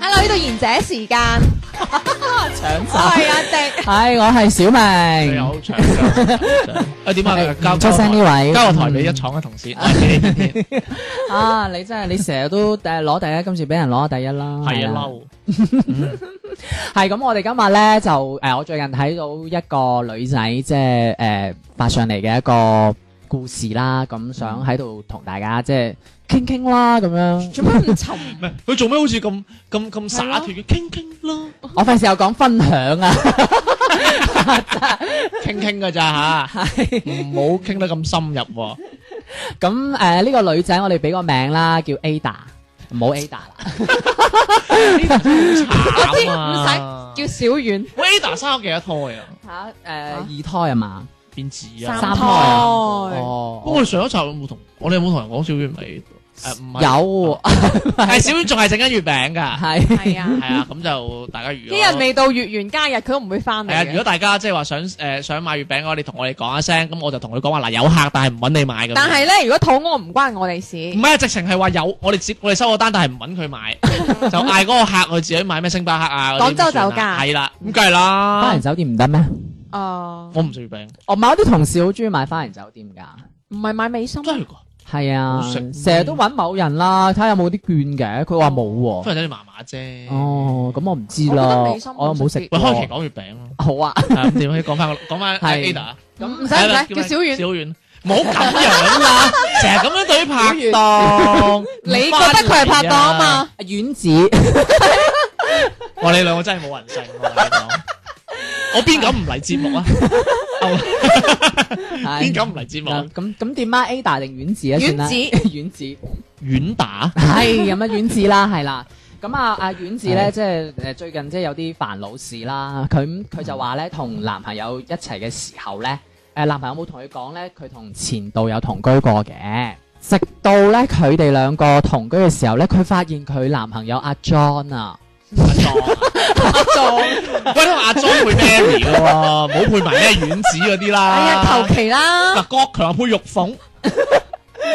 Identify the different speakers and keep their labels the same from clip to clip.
Speaker 1: Hello，呢度賢者時間，
Speaker 2: 搶
Speaker 1: 我係阿迪，
Speaker 3: 系，我係小
Speaker 2: 你
Speaker 3: 明，
Speaker 2: 好 長㗎，啊點啊？交
Speaker 3: 出聲呢位，
Speaker 2: 交個台俾一廠嘅同事。係
Speaker 3: 啊！你真係你成日都诶攞第一，今次俾人攞第一啦，係
Speaker 2: 啊，
Speaker 3: 啦
Speaker 2: 嬲。
Speaker 3: 係咁，我哋今日咧就诶，呃我最近睇到一個女仔即係诶發上嚟嘅一個故事啦，咁
Speaker 2: 嗯
Speaker 3: 想喺度同大家即係傾傾啦，咁樣。
Speaker 1: 做乜唔沉？
Speaker 2: 唔係佢做咩好似咁咁咁灑脱嘅傾傾啦，
Speaker 3: 我費事又講分享啊，
Speaker 2: 傾傾㗎咋吓，唔好傾得咁深入喎。
Speaker 3: 咁诶呢個女仔我哋俾個名啦，叫 Ada，唔好 Ada 啦。
Speaker 2: 我
Speaker 1: 知唔使叫小遠
Speaker 2: Ada 生咗幾多胎啊？
Speaker 3: 吓诶二胎啊嘛，
Speaker 2: 邊止啊？
Speaker 1: 三
Speaker 3: 三
Speaker 1: 胎
Speaker 3: 胎啊
Speaker 1: 哦，
Speaker 3: 哦
Speaker 2: 不過我哋上一集有冇同我哋有冇同人講小丸咪？誒唔係
Speaker 3: 有
Speaker 2: 係小丸仲係整緊月餅㗎。
Speaker 3: 係。
Speaker 1: 係啊，
Speaker 2: 係啊，咁就大家如果
Speaker 1: 一日未到月圓加日，佢都唔會翻嚟
Speaker 2: 係啊，如
Speaker 1: 嘅
Speaker 2: 果。大家即係話想誒想買月餅嘅話，你同我哋講一聲，咁我就同佢講話嗱有客，但係唔揾你買咁樣。
Speaker 1: 但係咧，如果肚屙唔關我哋事，
Speaker 2: 唔係啊，直情係話有我哋接我哋收個單，但係唔揾佢買，就嗌嗰個客佢自己買咩星巴克啊。
Speaker 1: 廣州酒家
Speaker 2: 係啦，咁梗係
Speaker 3: 花園
Speaker 2: 啦。
Speaker 3: 酒店唔得咩？
Speaker 1: 啊，
Speaker 2: 我唔食月餅，
Speaker 3: 我某啲同事好中意買花園酒店㗎，
Speaker 1: 唔係買美心，
Speaker 2: 真係㗎。
Speaker 3: 係啊
Speaker 2: 好食咩，
Speaker 3: 成日都揾某人啦，睇下有冇啲券嘅，佢話冇喎。
Speaker 2: 花園酒店麻麻啫。
Speaker 3: 哦，咁我唔知
Speaker 1: 我覺得
Speaker 3: 啦
Speaker 1: 美心，
Speaker 3: 我又冇食
Speaker 2: 喂，
Speaker 3: 過。
Speaker 2: 開期講月餅咯。
Speaker 3: 好啊，
Speaker 2: 啊咁點可以講翻講翻
Speaker 3: 係
Speaker 2: Ada？
Speaker 1: 咁唔使唔使叫小遠，
Speaker 2: 小遠。唔好咁樣 啦，成日咁樣對拍檔，
Speaker 1: 你覺得佢係拍檔啊嘛？
Speaker 3: 丸子
Speaker 2: 哇！你兩個真係冇人性喎，你講我邊敢唔嚟節 目啊？邊
Speaker 3: 係
Speaker 2: 敢唔嚟節目啊
Speaker 3: 咁？咁咁點啊？Ada 定丸子啊？算啦，
Speaker 1: 丸子
Speaker 3: 丸子。
Speaker 2: 遠打
Speaker 3: 係咁啊，丸子啦，係啦。 咁啊，阿丸子咧，即係誒最近即係有啲煩惱事啦。佢佢就話咧，同男朋友一齊嘅時候咧，誒、男朋友冇同佢講咧，佢同前度有同居過嘅。直到咧佢哋兩個同居嘅時候咧，佢發現佢男朋友阿 John 啊，
Speaker 2: 阿莊 啊，阿莊，喂，你話阿莊配 Mary 嘅喎， 唔好配埋咩丸子嗰啲啦。
Speaker 1: 哎呀，求其啦，
Speaker 2: 嗱，郭強配玉 鳳，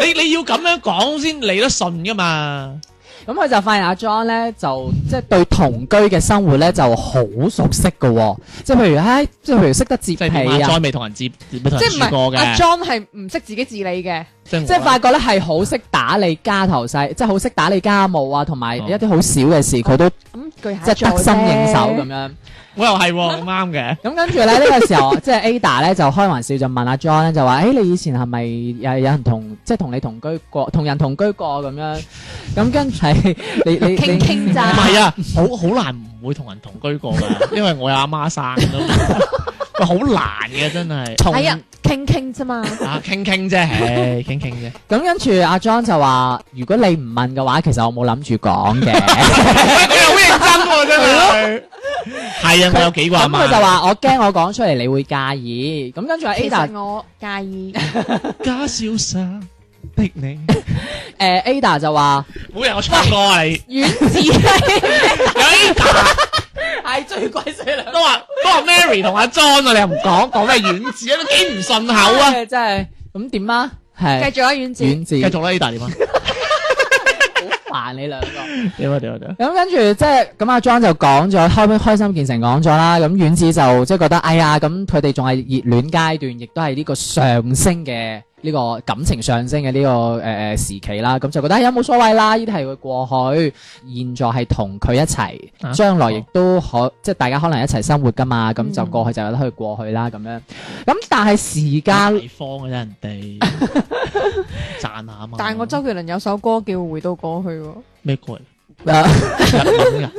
Speaker 2: 你你要咁樣講先嚟得順噶嘛？
Speaker 3: 咁佢就發現阿 John 咧就即係對同居嘅生活咧就好熟悉嘅喎、即係譬如唉，即係譬如識得
Speaker 2: 即
Speaker 3: 摺
Speaker 2: 係點啊
Speaker 3: 被
Speaker 2: 阿
Speaker 3: 啊，
Speaker 2: 莊未同人接，未同
Speaker 1: 即
Speaker 2: 人
Speaker 1: 係唔
Speaker 2: 住過
Speaker 1: 係阿
Speaker 2: 嘅，
Speaker 1: John 係唔識自己自理嘅，
Speaker 2: 即係
Speaker 3: 即係發覺咧係好識打理家頭細，即係好識打理家務啊，同埋一啲好少嘅事佢都即
Speaker 1: 咁巨蟹
Speaker 3: 係得心應手咁
Speaker 1: 樣。
Speaker 3: 樣。
Speaker 2: 我又係喎，咁啱嘅。
Speaker 3: 咁跟住咧呢 個時候，即係 Ada 咧就開玩笑就問阿 John 咧就話：，誒、你以前係咪有有人同即係同你同居過， 同人同居過咁樣？咁跟住係你你
Speaker 1: 傾
Speaker 3: 你
Speaker 1: 傾
Speaker 2: 唔
Speaker 1: 咋，
Speaker 2: 係啊，好好難唔會同人同居過 㗎，因為我有阿媽生㗎嘛。 喂，好難嘅真係。
Speaker 3: 同
Speaker 1: 係啊，傾傾 咋嘛，
Speaker 2: 啊，傾傾 啫，唉，傾傾啫。
Speaker 3: 咁跟住阿 John 就話：，如果你唔問嘅話，其實我冇諗住講嘅。
Speaker 2: 佢又好認真喎，真係。係啊，我有幾個阿
Speaker 3: 咁
Speaker 2: 媽。
Speaker 3: 佢就 話：我驚我講出嚟你會介意。咁跟住阿
Speaker 1: 其
Speaker 3: Ada
Speaker 1: 實我介意。
Speaker 2: 假瀟灑的你，
Speaker 3: 誒 Ada 就 話：
Speaker 2: 每人我唱歌啊 你。
Speaker 1: 丸子咧，
Speaker 2: 有 Ada
Speaker 3: 係最鬼死啦！
Speaker 2: 都話都話 Mary 同阿 John 啊，你又唔講講咩丸子啊，都幾唔順口啊。
Speaker 3: 真係咁點啊？係
Speaker 1: 繼續啊，丸子。
Speaker 3: 遠字
Speaker 2: 繼續啦，Ada 點啊？
Speaker 3: 煩你兩個。
Speaker 2: 點啊點啊點啊！
Speaker 3: 咁跟住即係咁阿 John 就講咗開開心見誠講咗啦。咁丸子就即係覺得哎呀，咁佢哋仲係熱戀階段，亦都係呢個上升嘅。呢個感情上升嘅呢、個誒誒、呃、時期啦，咁就覺得哎呀冇所謂啦，呢啲係會過去，現在係同佢一
Speaker 2: 啊
Speaker 3: 齊，將來亦都可即係大家可能一齊生活噶嘛，咁就
Speaker 1: 嗯
Speaker 3: 過去就由得佢過去啦咁樣。咁但係時間
Speaker 2: 地方嘅啫，人 哋讚下啊嘛。
Speaker 1: 但係我周杰倫有首歌叫《回到過去》喎，
Speaker 2: 咩歌嚟？
Speaker 3: 呃
Speaker 2: 日文㗎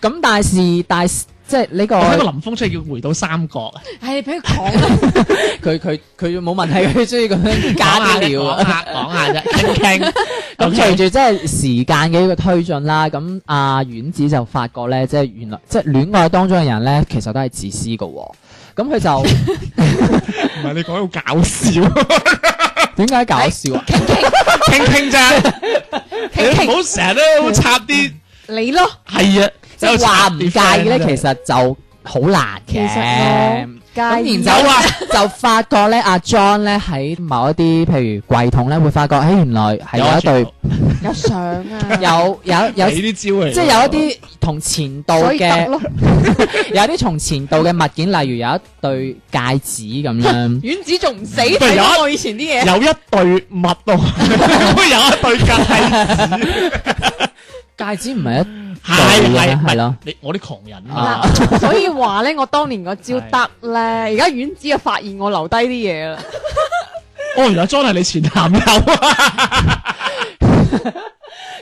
Speaker 3: 咁但係是但係即即係 呢個
Speaker 2: 我睇過林峰出嚟叫回到三角啊，
Speaker 1: 唉，俾佢講啦，
Speaker 3: 佢佢佢冇問題，佢中意咁樣加啲料啊
Speaker 2: 講。下講 下啫，傾傾。
Speaker 3: 咁
Speaker 2: OK
Speaker 3: 隨住即係時間嘅一個推進啦，咁阿丸子就發覺咧，即係原來即係戀愛當中嘅人咧，其實都係自私嘅喎。咁佢就
Speaker 2: 唔係你講到搞笑，
Speaker 3: 點解搞笑啊？
Speaker 2: 傾傾 啫，
Speaker 1: 傾
Speaker 2: 你唔
Speaker 1: 傾
Speaker 2: 好成日都插啲
Speaker 1: 你咯，
Speaker 2: 係啊，
Speaker 3: 即係話唔介意咧，其實就好難
Speaker 1: 其
Speaker 3: 嘅。
Speaker 1: 實我介意
Speaker 3: 咁然之後啊，就發覺咧，阿 John 咧喺某一啲譬如櫃桶咧，會發覺，誒原來係有一對
Speaker 1: 有相啊，
Speaker 3: 有有 有，
Speaker 2: 俾啲招嚟，
Speaker 3: 即係有一啲同前度
Speaker 1: 所以得
Speaker 3: 嘅，
Speaker 1: 咯。
Speaker 3: 有啲從前度嘅物件，例如有一對戒指 咁樣。
Speaker 1: 丸子仲唔死
Speaker 2: 唔係
Speaker 1: 睇
Speaker 2: 有
Speaker 1: 咗我以前啲嘢，
Speaker 2: 有一對 物咯，會有一對戒，
Speaker 3: 戒指唔係一
Speaker 2: 係
Speaker 3: 嘅
Speaker 2: 係
Speaker 3: 係咯，
Speaker 2: 你我啲窮人啊嘛，
Speaker 1: 嗱，所以話咧，我當年個招得咧，而家丸子就發現我留低啲嘢啦，
Speaker 2: 哦原來 John 係你前男友啊，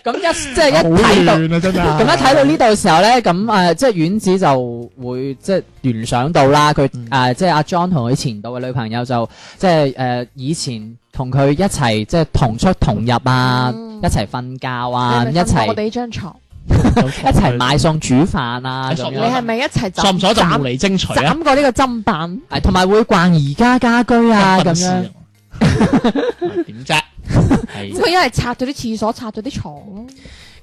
Speaker 3: 咁一即係一睇到。
Speaker 2: 啊真係，
Speaker 3: 咁一睇到呢度嘅時候咧，咁誒、呃即係丸子就會即係聯想到啦，佢誒、
Speaker 1: 嗯
Speaker 3: 呃即係阿 John 同佢前度嘅女朋友就即係誒、呃以前同佢一齊即係同出同入啊，
Speaker 1: 嗯
Speaker 3: 一齊瞓覺啊，
Speaker 1: 你
Speaker 3: 一
Speaker 1: 係咪瞓過我
Speaker 3: 齊
Speaker 1: 哋呢張床，
Speaker 3: 一齊買餸煮飯啊
Speaker 2: 你
Speaker 3: 咁
Speaker 1: 你
Speaker 2: 索
Speaker 3: 樣。
Speaker 1: 係咪一齊斬
Speaker 2: 索唔索就
Speaker 1: 斬
Speaker 2: 無厘精除啊？
Speaker 1: 斬過呢個砧板？
Speaker 3: 誒同埋會逛宜家家居啊咁樣，
Speaker 2: 樣點啫？
Speaker 1: 咁
Speaker 2: 係
Speaker 1: 佢一係拆咗啲廁所，拆咗啲床咯。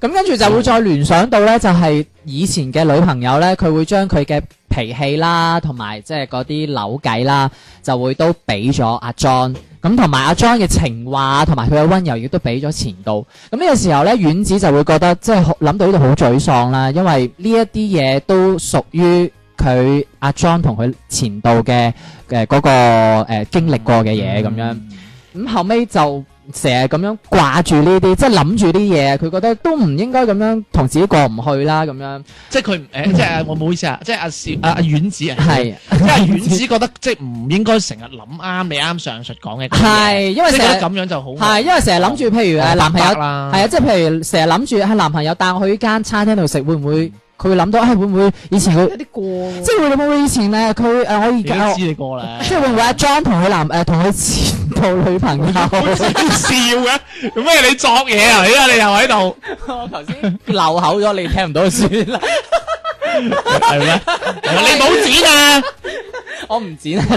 Speaker 3: 咁跟住就會再聯想到咧，就係以前嘅女朋友咧，佢會將佢嘅脾氣啦，同埋即係嗰啲扭計啦，就會都俾咗阿 John。咁同埋阿 John 嘅情話，同埋佢嘅温柔，亦都俾咗前度。咁呢個時候咧，丸子就會覺得即係好諗到呢度好沮喪啦，因為呢一啲嘢都屬於佢阿 John 同佢前度嘅誒嗰個誒、呃、經歷過嘅嘢咁樣。咁後尾就成日咁樣掛住呢啲，即係諗住啲嘢，佢覺得都唔應該咁樣同自己過唔去啦，咁樣
Speaker 2: 即係佢唔誒，即係我唔好意思啊，即係阿少阿阿丸子啊，
Speaker 3: 係
Speaker 2: 即係丸子覺得即係唔應該成日諗啱你啱上述講嘅嗰啲嘢，
Speaker 3: 係，因為成
Speaker 2: 即係覺得
Speaker 3: 日
Speaker 2: 咁樣就好
Speaker 3: 係因為成日諗住，譬如誒呃男朋友係
Speaker 2: 啦，
Speaker 3: 啊啊，即係譬如成日諗住係男朋友帶我去呢間餐廳度食，會唔會佢會諗到啊？會唔會以前佢
Speaker 1: 有啲過喎
Speaker 3: 即係會唔會以前咧佢誒我而
Speaker 2: 你都
Speaker 3: 家
Speaker 2: 知你過啦，
Speaker 3: 即係會唔會阿 John 同佢男誒同佢前度女朋友
Speaker 2: 笑嘅，做咩你作嘢啊？你啊，你又喺度，
Speaker 3: 漏口咗，你聽唔到算啦，
Speaker 2: 係咩？你冇剪啊？
Speaker 3: 我唔剪啦。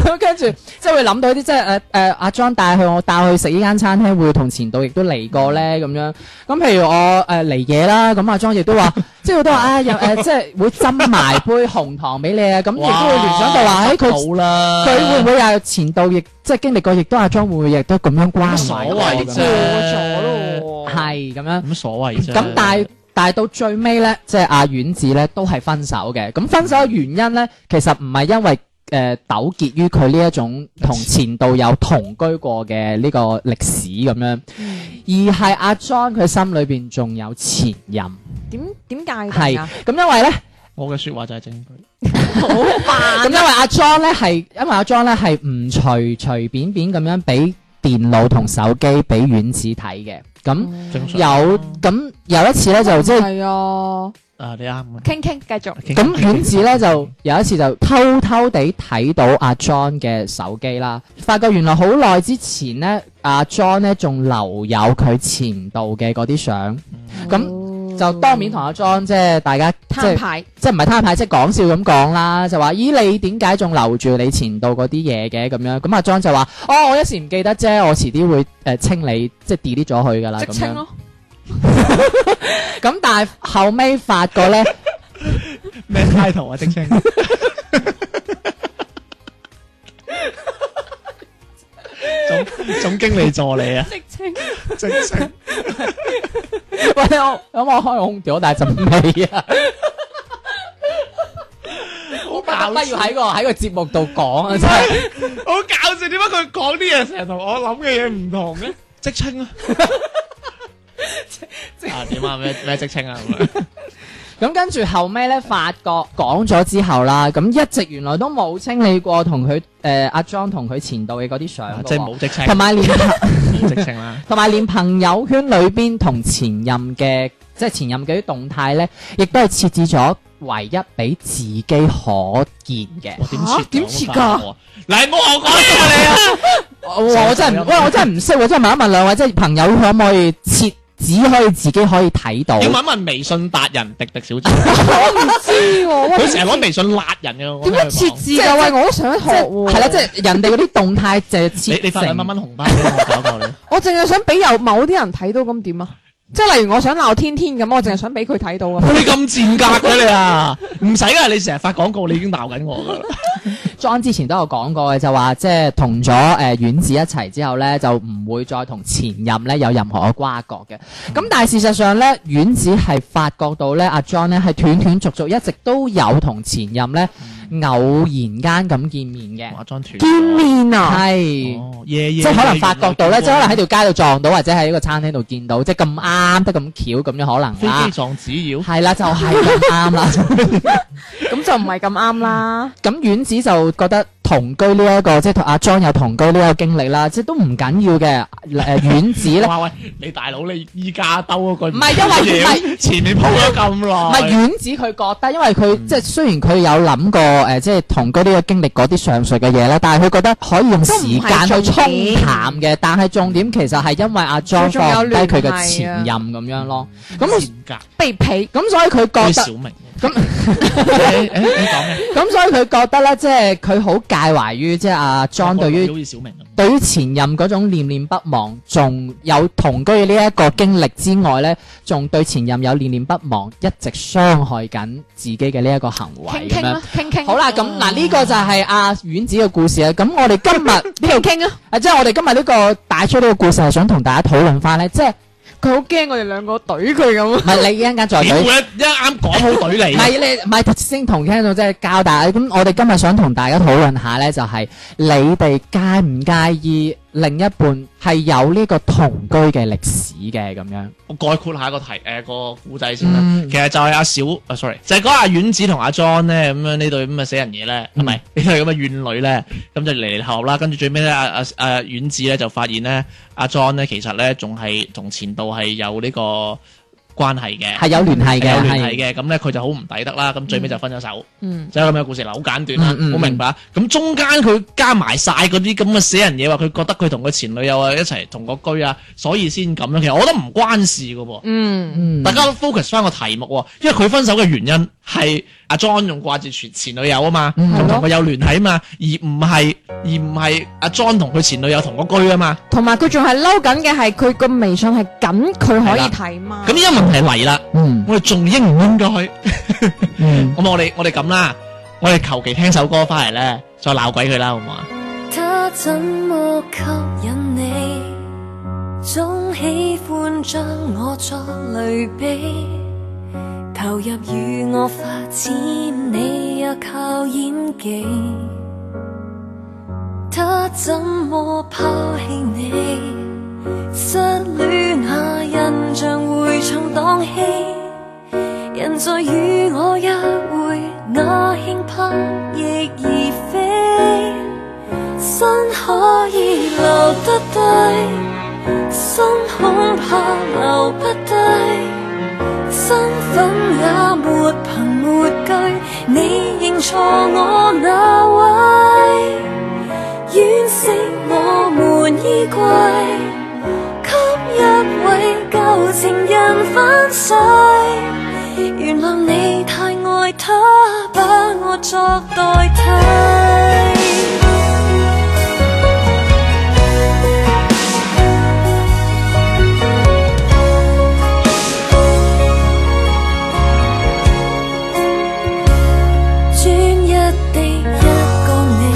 Speaker 3: 咁跟住即係會諗到啲即係誒誒阿 John 帶去我帶我去食呢間餐廳，會同前度亦都嚟過
Speaker 2: 嗯
Speaker 3: 咧咁樣。咁譬如我誒嚟嘢啦，咁阿 John 亦都話， 即係佢都話啊又誒，即係會斟埋杯紅糖俾你啊。咁亦都會聯想到話，誒佢
Speaker 2: 好啦，
Speaker 3: 佢會唔會又前度亦即係經歷過，亦都阿 John 會唔會亦都咁樣關
Speaker 2: 乜
Speaker 3: 懷
Speaker 2: 所
Speaker 3: 我
Speaker 2: 謂
Speaker 3: 咁
Speaker 2: 啫？
Speaker 3: 樣
Speaker 1: 過咗咯喎。
Speaker 3: 係咁樣。
Speaker 2: 咁所謂啫。
Speaker 3: 咁但係但係到最尾咧，即係阿丸子咧都係分手嘅。咁分手嘅原因咧，其實唔係因為誒、呃、糾結於佢呢一種同前度有同居過嘅呢個歷史咁樣，而係阿 John 佢心裏邊仲有前任，
Speaker 1: 點點解
Speaker 3: 係
Speaker 1: 㗎？
Speaker 3: 咁因為咧。
Speaker 2: 我嘅説話就係證據。
Speaker 3: 咁因為阿 John 咧係，因為阿 John 咧係唔隨隨便便咁樣俾電腦同手機俾丸子睇嘅。咁
Speaker 2: 正常
Speaker 3: 有咁有一次咧就即係
Speaker 1: 嗯係啊，
Speaker 2: 啊，你啱嘅。
Speaker 1: 傾傾繼續。
Speaker 3: 咁丸子咧 就有一次就偷偷地睇到阿 John 嘅手機啦，發覺原來好耐之前咧，阿 John 咧仲留有佢前度嘅嗰啲相，咁
Speaker 1: 咁
Speaker 3: 就當面同阿 John 即係大家即
Speaker 1: 嗯攤
Speaker 3: 係
Speaker 1: 牌，
Speaker 3: 即係唔係攤牌，即係講笑咁講啦，就話咦你點解仲留住你前度嗰啲嘢嘅咁樣？咁阿 John 就話哦我一時唔記得啫，我遲啲會誒、呃清理即係 delete 咗佢噶啦
Speaker 1: 即
Speaker 3: 咁
Speaker 1: 清
Speaker 3: 樣。
Speaker 1: 咯。
Speaker 3: 咁但係後尾發覺 咧。
Speaker 2: 咩 title 啊？即稱係總總經理助理啊，
Speaker 1: 即清
Speaker 2: 即稱
Speaker 3: 喂，我咁我開空調，但係陣味啊！好搞不要喺個喺個節目度講
Speaker 2: 嗯
Speaker 3: 啊！真係
Speaker 2: 好搞笑，點解佢講啲嘢成日同我諗嘅嘢唔同嘅？即稱啊！啊點啊咩咩即稱啊咁樣
Speaker 3: 咁跟住後尾咧，發覺講咗之後啦，咁一直原來都冇清理過同佢誒阿 John 同佢前度嘅嗰啲
Speaker 2: 啊
Speaker 3: 相，
Speaker 2: 即係，冇即稱，
Speaker 3: 同埋連
Speaker 2: à? 冇即稱啦。
Speaker 3: 同埋連朋友圈裏邊同前任嘅即係前任嗰啲動態咧，亦都係設置咗唯一俾自己可見嘅。
Speaker 2: 我點切
Speaker 1: 嚇點切㗎
Speaker 2: 㗎？嗱，冇我講啊你啊！
Speaker 3: 我我真係唔，喂，我真係唔識喎，真係問一問兩位，即係朋友可唔可以設，只可以自己可以睇到
Speaker 2: 要。問一問微信達人迪迪小姐，
Speaker 1: 知喎，
Speaker 2: 佢
Speaker 1: 喂，
Speaker 2: 成日攞微信辣人嘅。我
Speaker 1: 點樣
Speaker 2: 聽佢
Speaker 1: 設
Speaker 2: 講
Speaker 1: 置㗎？喂，我都想學喎。
Speaker 3: 係啦，即係人哋嗰啲動態就係
Speaker 2: 你你
Speaker 3: 設
Speaker 2: 發兩
Speaker 3: 成
Speaker 2: 萬蚊紅包俾我搞 搞你。
Speaker 1: 我淨係想俾有某啲人睇到咁點啊？即係例如我想鬧天天咁，我淨係想俾佢睇到啊。
Speaker 2: 你咁賤格嘅你啊！唔使啊，你成日發廣告，你已經鬧緊 我㗎啦。
Speaker 3: John 之前都有講過嘅，就話即係同咗誒丸子一齊之後咧，就唔會再同前任咧有任何嘅瓜葛嘅。咁、但係事實上咧，丸子係發覺到咧，阿 John 咧係斷斷續續一直都有同前任咧偶然間咁見面嘅，
Speaker 2: 化妝團
Speaker 1: 見面 啊！
Speaker 3: 係。
Speaker 2: 哦，夜夜
Speaker 3: 即係可能發覺到咧，即係可能
Speaker 2: 喺
Speaker 3: 喺條街度撞到，或者喺一個餐廳度見到，即係咁啱得咁巧咁樣可能
Speaker 2: 飛
Speaker 3: 啦
Speaker 2: 機，撞紙鷂。
Speaker 3: 係啦，就係 咁啱啦。
Speaker 1: 咁就唔係咁啱啦。
Speaker 3: 咁丸子就覺得同居呢、一個即係同阿 John 有同居呢個經歷啦，即係都唔緊要嘅。誒、丸 子咧，
Speaker 2: 哇喂，你大佬你依家兜嗰句
Speaker 3: 唔係因為唔
Speaker 2: 為前面鋪咗咁
Speaker 3: 唔
Speaker 2: 耐，
Speaker 3: 係丸子佢覺得，因為佢、
Speaker 1: 嗯
Speaker 3: 即係雖然佢有諗過誒、即係同居呢個經歷嗰啲上述嘅嘢啦，但係佢覺得可以用時間去沖淡嘅。但係重點其實係因為阿 John
Speaker 1: 仲有
Speaker 3: 放低
Speaker 1: 聯繫
Speaker 3: 佢
Speaker 1: 啊
Speaker 3: 嘅前任咁樣咯。咁
Speaker 2: 賤格
Speaker 1: 被皮
Speaker 3: 咁所以佢
Speaker 2: 對
Speaker 3: 覺得
Speaker 2: 小。明
Speaker 3: 咁
Speaker 2: 誒誒你講咩？
Speaker 3: 咁所以佢覺得咧，即係佢好介懷於即係阿 John 對於
Speaker 2: 好似小明咁。
Speaker 3: 對於前任嗰種念念不忘，仲有同居呢一個經歷之外咧，仲對前任有念念不忘，一直傷害緊自己嘅呢一個行為
Speaker 1: 傾
Speaker 3: 咁
Speaker 1: 傾
Speaker 3: 樣
Speaker 1: 啦。，傾傾。
Speaker 3: 好啦，咁嗱呢個就係阿丸子嘅故事啦。啊咁我哋今日
Speaker 1: 傾傾啊！
Speaker 3: 啊，即係我哋今日呢個帶出呢個故事係想同大家討論翻咧，即係
Speaker 1: 佢好驚我哋兩個懟佢咁
Speaker 3: 唔。係你一陣 間再
Speaker 2: 屌
Speaker 3: 舉。
Speaker 2: 一一啱講好懟
Speaker 3: 唔
Speaker 2: 你。
Speaker 3: 係你唔係先同聽眾即係交代咁，我哋今日想同大家討論下呢，就係、你哋介唔介意另一半係有呢個同居嘅歷史嘅咁樣？
Speaker 2: 我概括下個題誒、呃個故仔先啦。
Speaker 3: 嗯
Speaker 2: 其實就係阿小啊，sorry，就係講阿丸子同阿 John 咧咁樣呢對咁嘅死人嘢咧，唔係 呢對咁嘅怨女咧，咁就嚟嚟合合啦。跟住最尾咧，阿阿阿丸子咧就發現咧，阿 John 咧其實咧仲係同前度係有呢個關係嘅，
Speaker 3: 係有聯繫嘅，
Speaker 2: 有聯繫嘅。咁咧佢就好唔抵得啦，咁最尾就分咗手。
Speaker 1: 嗯，
Speaker 2: 就係咁嘅故事啦，好簡短啦，好、
Speaker 3: 嗯嗯
Speaker 2: 明白。咁中間佢加埋晒嗰啲咁嘅死人嘢，話佢覺得佢同佢前女友啊一齊同個居啊，所以先咁樣。其實我覺得唔關事嘅喎，
Speaker 1: 嗯，
Speaker 3: 嗯，
Speaker 2: 大家都 focus 翻個題目喎，因為佢分手嘅原因係阿 John 仲掛住前前女友啊嘛，
Speaker 3: 嗯
Speaker 2: 仲
Speaker 1: 係
Speaker 2: 同
Speaker 1: 咯
Speaker 2: 佢有聯繫啊嘛，而唔係而唔係阿 John 同佢前女友同個居啊嘛。
Speaker 1: 同埋佢仲係嬲緊嘅係佢個微信係緊，佢可以睇嘛。
Speaker 2: 咁依家問題嚟啦，
Speaker 3: 嗯
Speaker 2: 我哋仲應唔應該？咁
Speaker 3: 嗯，
Speaker 2: 我哋我哋咁啦，我哋求其聽首歌翻嚟咧，再鬧鬼佢啦，好唔好啊？
Speaker 4: 他怎么吸引你？總喜歡將我作類比，投入與我發展，你也靠演技。他怎麼拋棄你？失戀下印象會重蕩氣。人在與我約會，我輕拍翼而飛，身可以留得低，心恐怕留不低，身份也沒憑沒據，你認錯我哪位？惋惜我們衣櫃。給一位舊情人粉碎。原諒你太愛他，把我作代替。專一的一個你，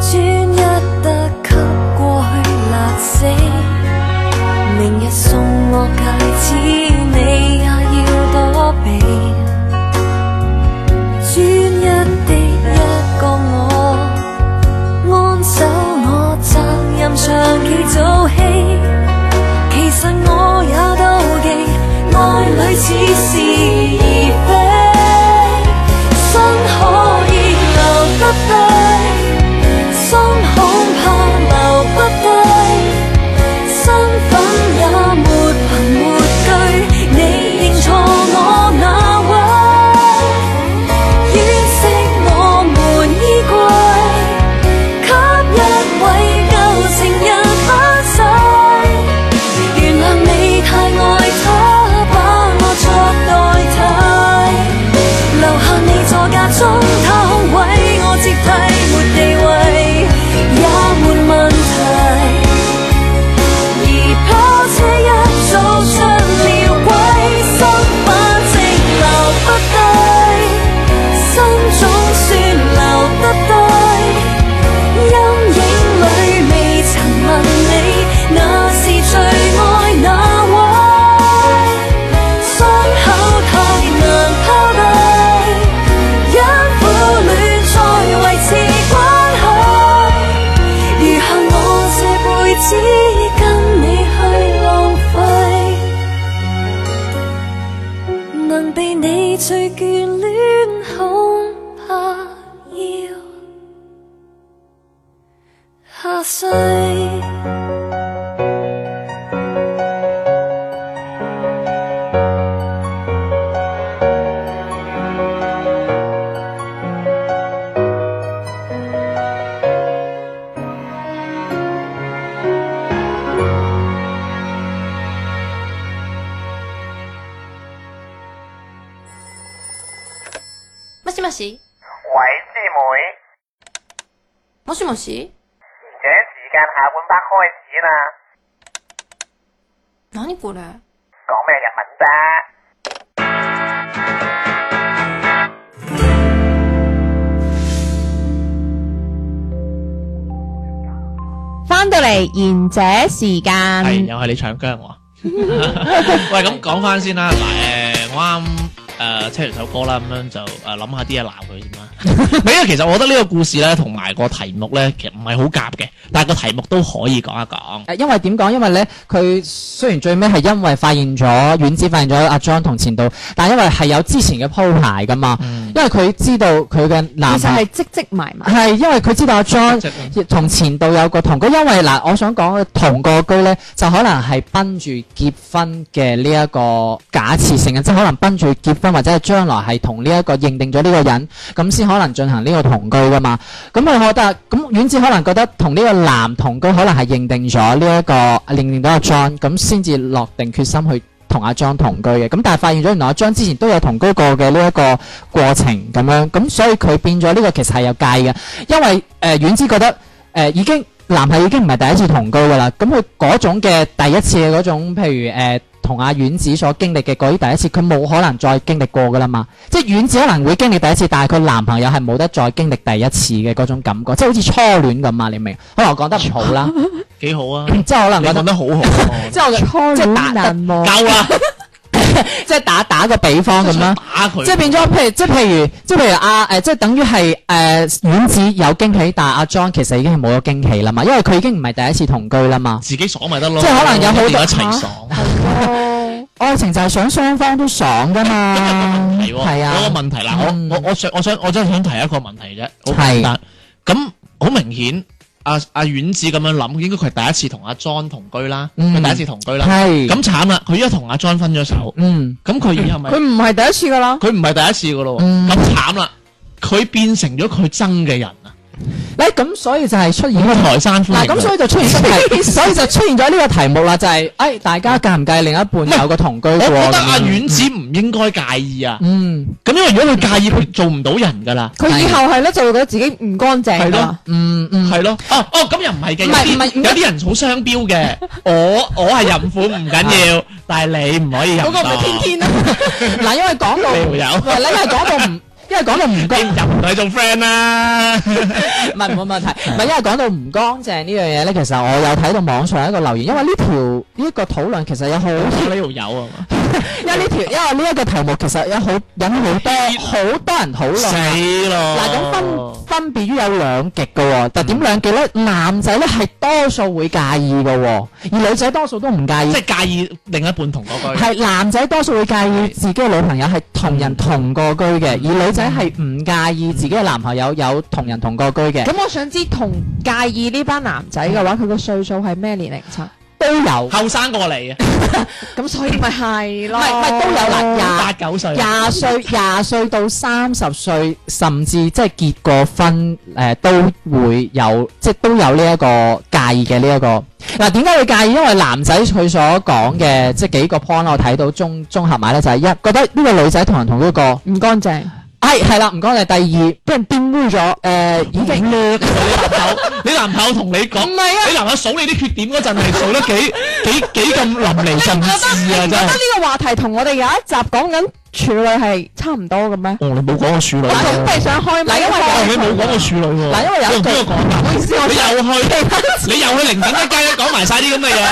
Speaker 4: 專一得給過去辣死。明日送我戒指，你也要躲避。專一的一世。
Speaker 5: もしもし
Speaker 6: 喂，師妹，
Speaker 5: もしもし
Speaker 6: 而且時間下半 part 開始啦，
Speaker 5: 何これ
Speaker 6: 講咩日文啫？
Speaker 7: 翻到嚟賢者時
Speaker 3: 嗯
Speaker 7: 間，
Speaker 2: 系又係你搶姜我。 喂，咁講翻先啦，嗱，诶，我啱诶聽完首歌啦，咁樣就诶諗下啲嘢鬧佢 先啦。唔係因為其實我覺得呢個故事咧，同埋個題目咧，其實唔係好夾嘅，但係個題目都可以講一講。
Speaker 3: 誒，因為點講？因為咧，佢雖然最尾係因為發現咗丸子發現咗阿 John 同前度，但係因為係有之前嘅鋪排噶嘛，
Speaker 2: 嗯
Speaker 3: 因為佢知道佢嘅男
Speaker 1: 其實
Speaker 3: 朋
Speaker 1: 係積積埋埋。
Speaker 3: 係因為佢知道阿 John
Speaker 2: 即係
Speaker 3: 同前度有個同居，因為嗱，我想講嘅同個居咧，就可能係奔住結婚嘅呢一個假設性嘅，即係可能奔住結婚或者係將來係同呢一個認定咗呢個人，咁先可能進行呢個同居噶嘛。咁佢覺得，咁遠子可能覺得同呢個男同居可能係認定咗呢一個認定到阿 John，咁先至落定決心去。同阿 John 同居嘅，咁但係發現咗原來阿 John 之前都有同居過嘅呢一個過程咁樣，咁所以佢變咗呢個其實係有戒嘅，因為誒、呃、遠之覺得誒、呃已經男係已經唔係第一次同居噶啦，咁佢嗰種嘅第一次嘅嗰種，譬如誒同阿丸子所經歷嘅嗰啲第一次，佢冇可能再經歷過噶啦嘛。即係丸子可能會經歷第一次，但係佢男朋友係冇得再經歷第一次嘅嗰種感覺，即係好似初戀咁啊！你明？可能我講得唔好啦，
Speaker 2: 幾好啊！
Speaker 3: 即係可能
Speaker 2: 你
Speaker 3: 覺
Speaker 2: 講
Speaker 3: 得
Speaker 2: 得好好啊，
Speaker 3: 即係我嘅
Speaker 1: 初
Speaker 3: 即係
Speaker 1: 戀
Speaker 3: 打
Speaker 1: 難忘，
Speaker 2: 夠啦，
Speaker 3: 即係打打個比方咁啦。
Speaker 2: 打佢，
Speaker 3: 即係變咗，譬如即係譬如即係譬如啊誒、即係等於係誒丸子有驚喜，但係阿 John 其實已經係冇咗驚喜啦嘛，因為佢已經唔係第一次同居啦嘛。
Speaker 2: 自己爽咪得咯，
Speaker 3: 即係可能有好多
Speaker 2: 一定要一齊爽。
Speaker 3: 愛情就係想雙方都爽噶嘛，
Speaker 2: 係喎，
Speaker 3: 係
Speaker 2: 有個
Speaker 3: 啊，
Speaker 2: 問題嗱，我我我想我想我真係想提一個問題啫，好簡單。咁好明顯，阿阿丸子咁樣諗，應該佢係第一次同阿 John 同居啦，
Speaker 3: 嗯
Speaker 2: 佢第一次同居啦。
Speaker 3: 係
Speaker 2: 咁慘啦，佢依家同阿 John 分咗手，
Speaker 3: 嗯
Speaker 2: 咁佢以後咪
Speaker 1: 佢唔係第一次噶啦。
Speaker 2: 佢唔係第一次噶咯喎，
Speaker 3: 嗯
Speaker 2: 咁慘啦，佢變成咗佢憎嘅人啊，
Speaker 3: 嗱咁所以就係 出現
Speaker 2: 咁
Speaker 3: 咗
Speaker 2: 啊台山
Speaker 3: 嗯嗱
Speaker 2: 歡迎
Speaker 3: 咁所以就出現 咗題，所以就出現咗呢個題目啦，就係誒大家介唔介意另一半有個同居
Speaker 2: 我
Speaker 3: 過
Speaker 2: 覺得
Speaker 3: 咁樣
Speaker 2: 阿丸子唔應該介意啊，
Speaker 3: 嗯
Speaker 2: 咁因為如果佢介意，佢做唔到人噶啦，
Speaker 1: 佢以後係咧就會覺得自己唔乾淨
Speaker 2: 係
Speaker 1: 㗎
Speaker 2: 咯
Speaker 1: 啦。
Speaker 3: 嗯嗯，
Speaker 2: 係咯，哦哦咁又唔係嘅，有
Speaker 3: 唔係唔係
Speaker 2: 啲有啲人好商 標嘅，我我係淫婦唔緊
Speaker 3: 啊
Speaker 2: 要，但係你唔可以淫
Speaker 1: 嗰個
Speaker 2: 蕩，
Speaker 1: 咪天天啦，
Speaker 3: 嗱因為講到
Speaker 2: 你
Speaker 3: 唔
Speaker 2: 會有，
Speaker 3: 係你因為講到唔。因為講到唔
Speaker 2: 你
Speaker 3: 乾，
Speaker 2: 唔淫同佢做 friend 啦。
Speaker 3: 唔係冇問題。唔係因為講到唔乾淨呢樣嘢咧，其實我有睇到網上一個留言，因為呢條呢一個討論其實有好
Speaker 2: 呢度有啊嘛，
Speaker 3: 因為呢條，因為呢一個題目其實有好引好多好多人討論啊。
Speaker 2: 死咯！
Speaker 3: 嗱，咁分分別於有兩極嘅喎，特點兩極咧，男仔咧係多數會介意嘅喎，而女仔多數都唔介意
Speaker 2: 即。係介意另一半同嗰句。
Speaker 3: 係男仔多數會介意自己嘅女朋友係同人同過居嘅，而女仔係唔介意自己嘅男朋友有同人同過居嘅，
Speaker 1: 咁我想知同介意呢班男仔嘅話，佢個歲數係咩年齡層？
Speaker 3: 都有，
Speaker 2: 後生過你啊，
Speaker 1: 咁所以咪係
Speaker 3: 唔
Speaker 1: 咯，
Speaker 3: 係唔係都有啦，廿
Speaker 2: 八九歲，
Speaker 3: 廿歲、廿歲到三十歲，甚至即係結過婚，誒、都會有，即係都有呢一個介意嘅呢一個。嗱、點解會介意？因為男仔佢所講嘅即係幾個 point，我睇到綜綜合埋咧，就係、一覺得呢個女仔同人同一個，
Speaker 1: 唔乾淨，
Speaker 3: 係係啦，唔該你。第二，俾人玷污咗，誒、已經
Speaker 2: 叻喎你男朋友，你男朋友同你講，
Speaker 1: 唔係啊
Speaker 2: 你男朋友數你啲缺點嗰陣係數得 幾幾幾咁淋漓盡致啊！
Speaker 1: 你覺
Speaker 2: 真
Speaker 1: 得
Speaker 2: 係，
Speaker 1: 呢個話題同我哋有一集講緊處女係差唔多嘅咩？
Speaker 2: 哦，你冇講過處女
Speaker 1: 我準備想開咪，
Speaker 3: 嗱因為
Speaker 2: 哦，你
Speaker 1: 啊為
Speaker 2: 冇講過處女喎。
Speaker 3: 嗱因為有一
Speaker 2: 你同邊個講㗎？
Speaker 1: 意思我
Speaker 2: 你又去，你又去零等一街都講埋晒啲咁嘅 嘢，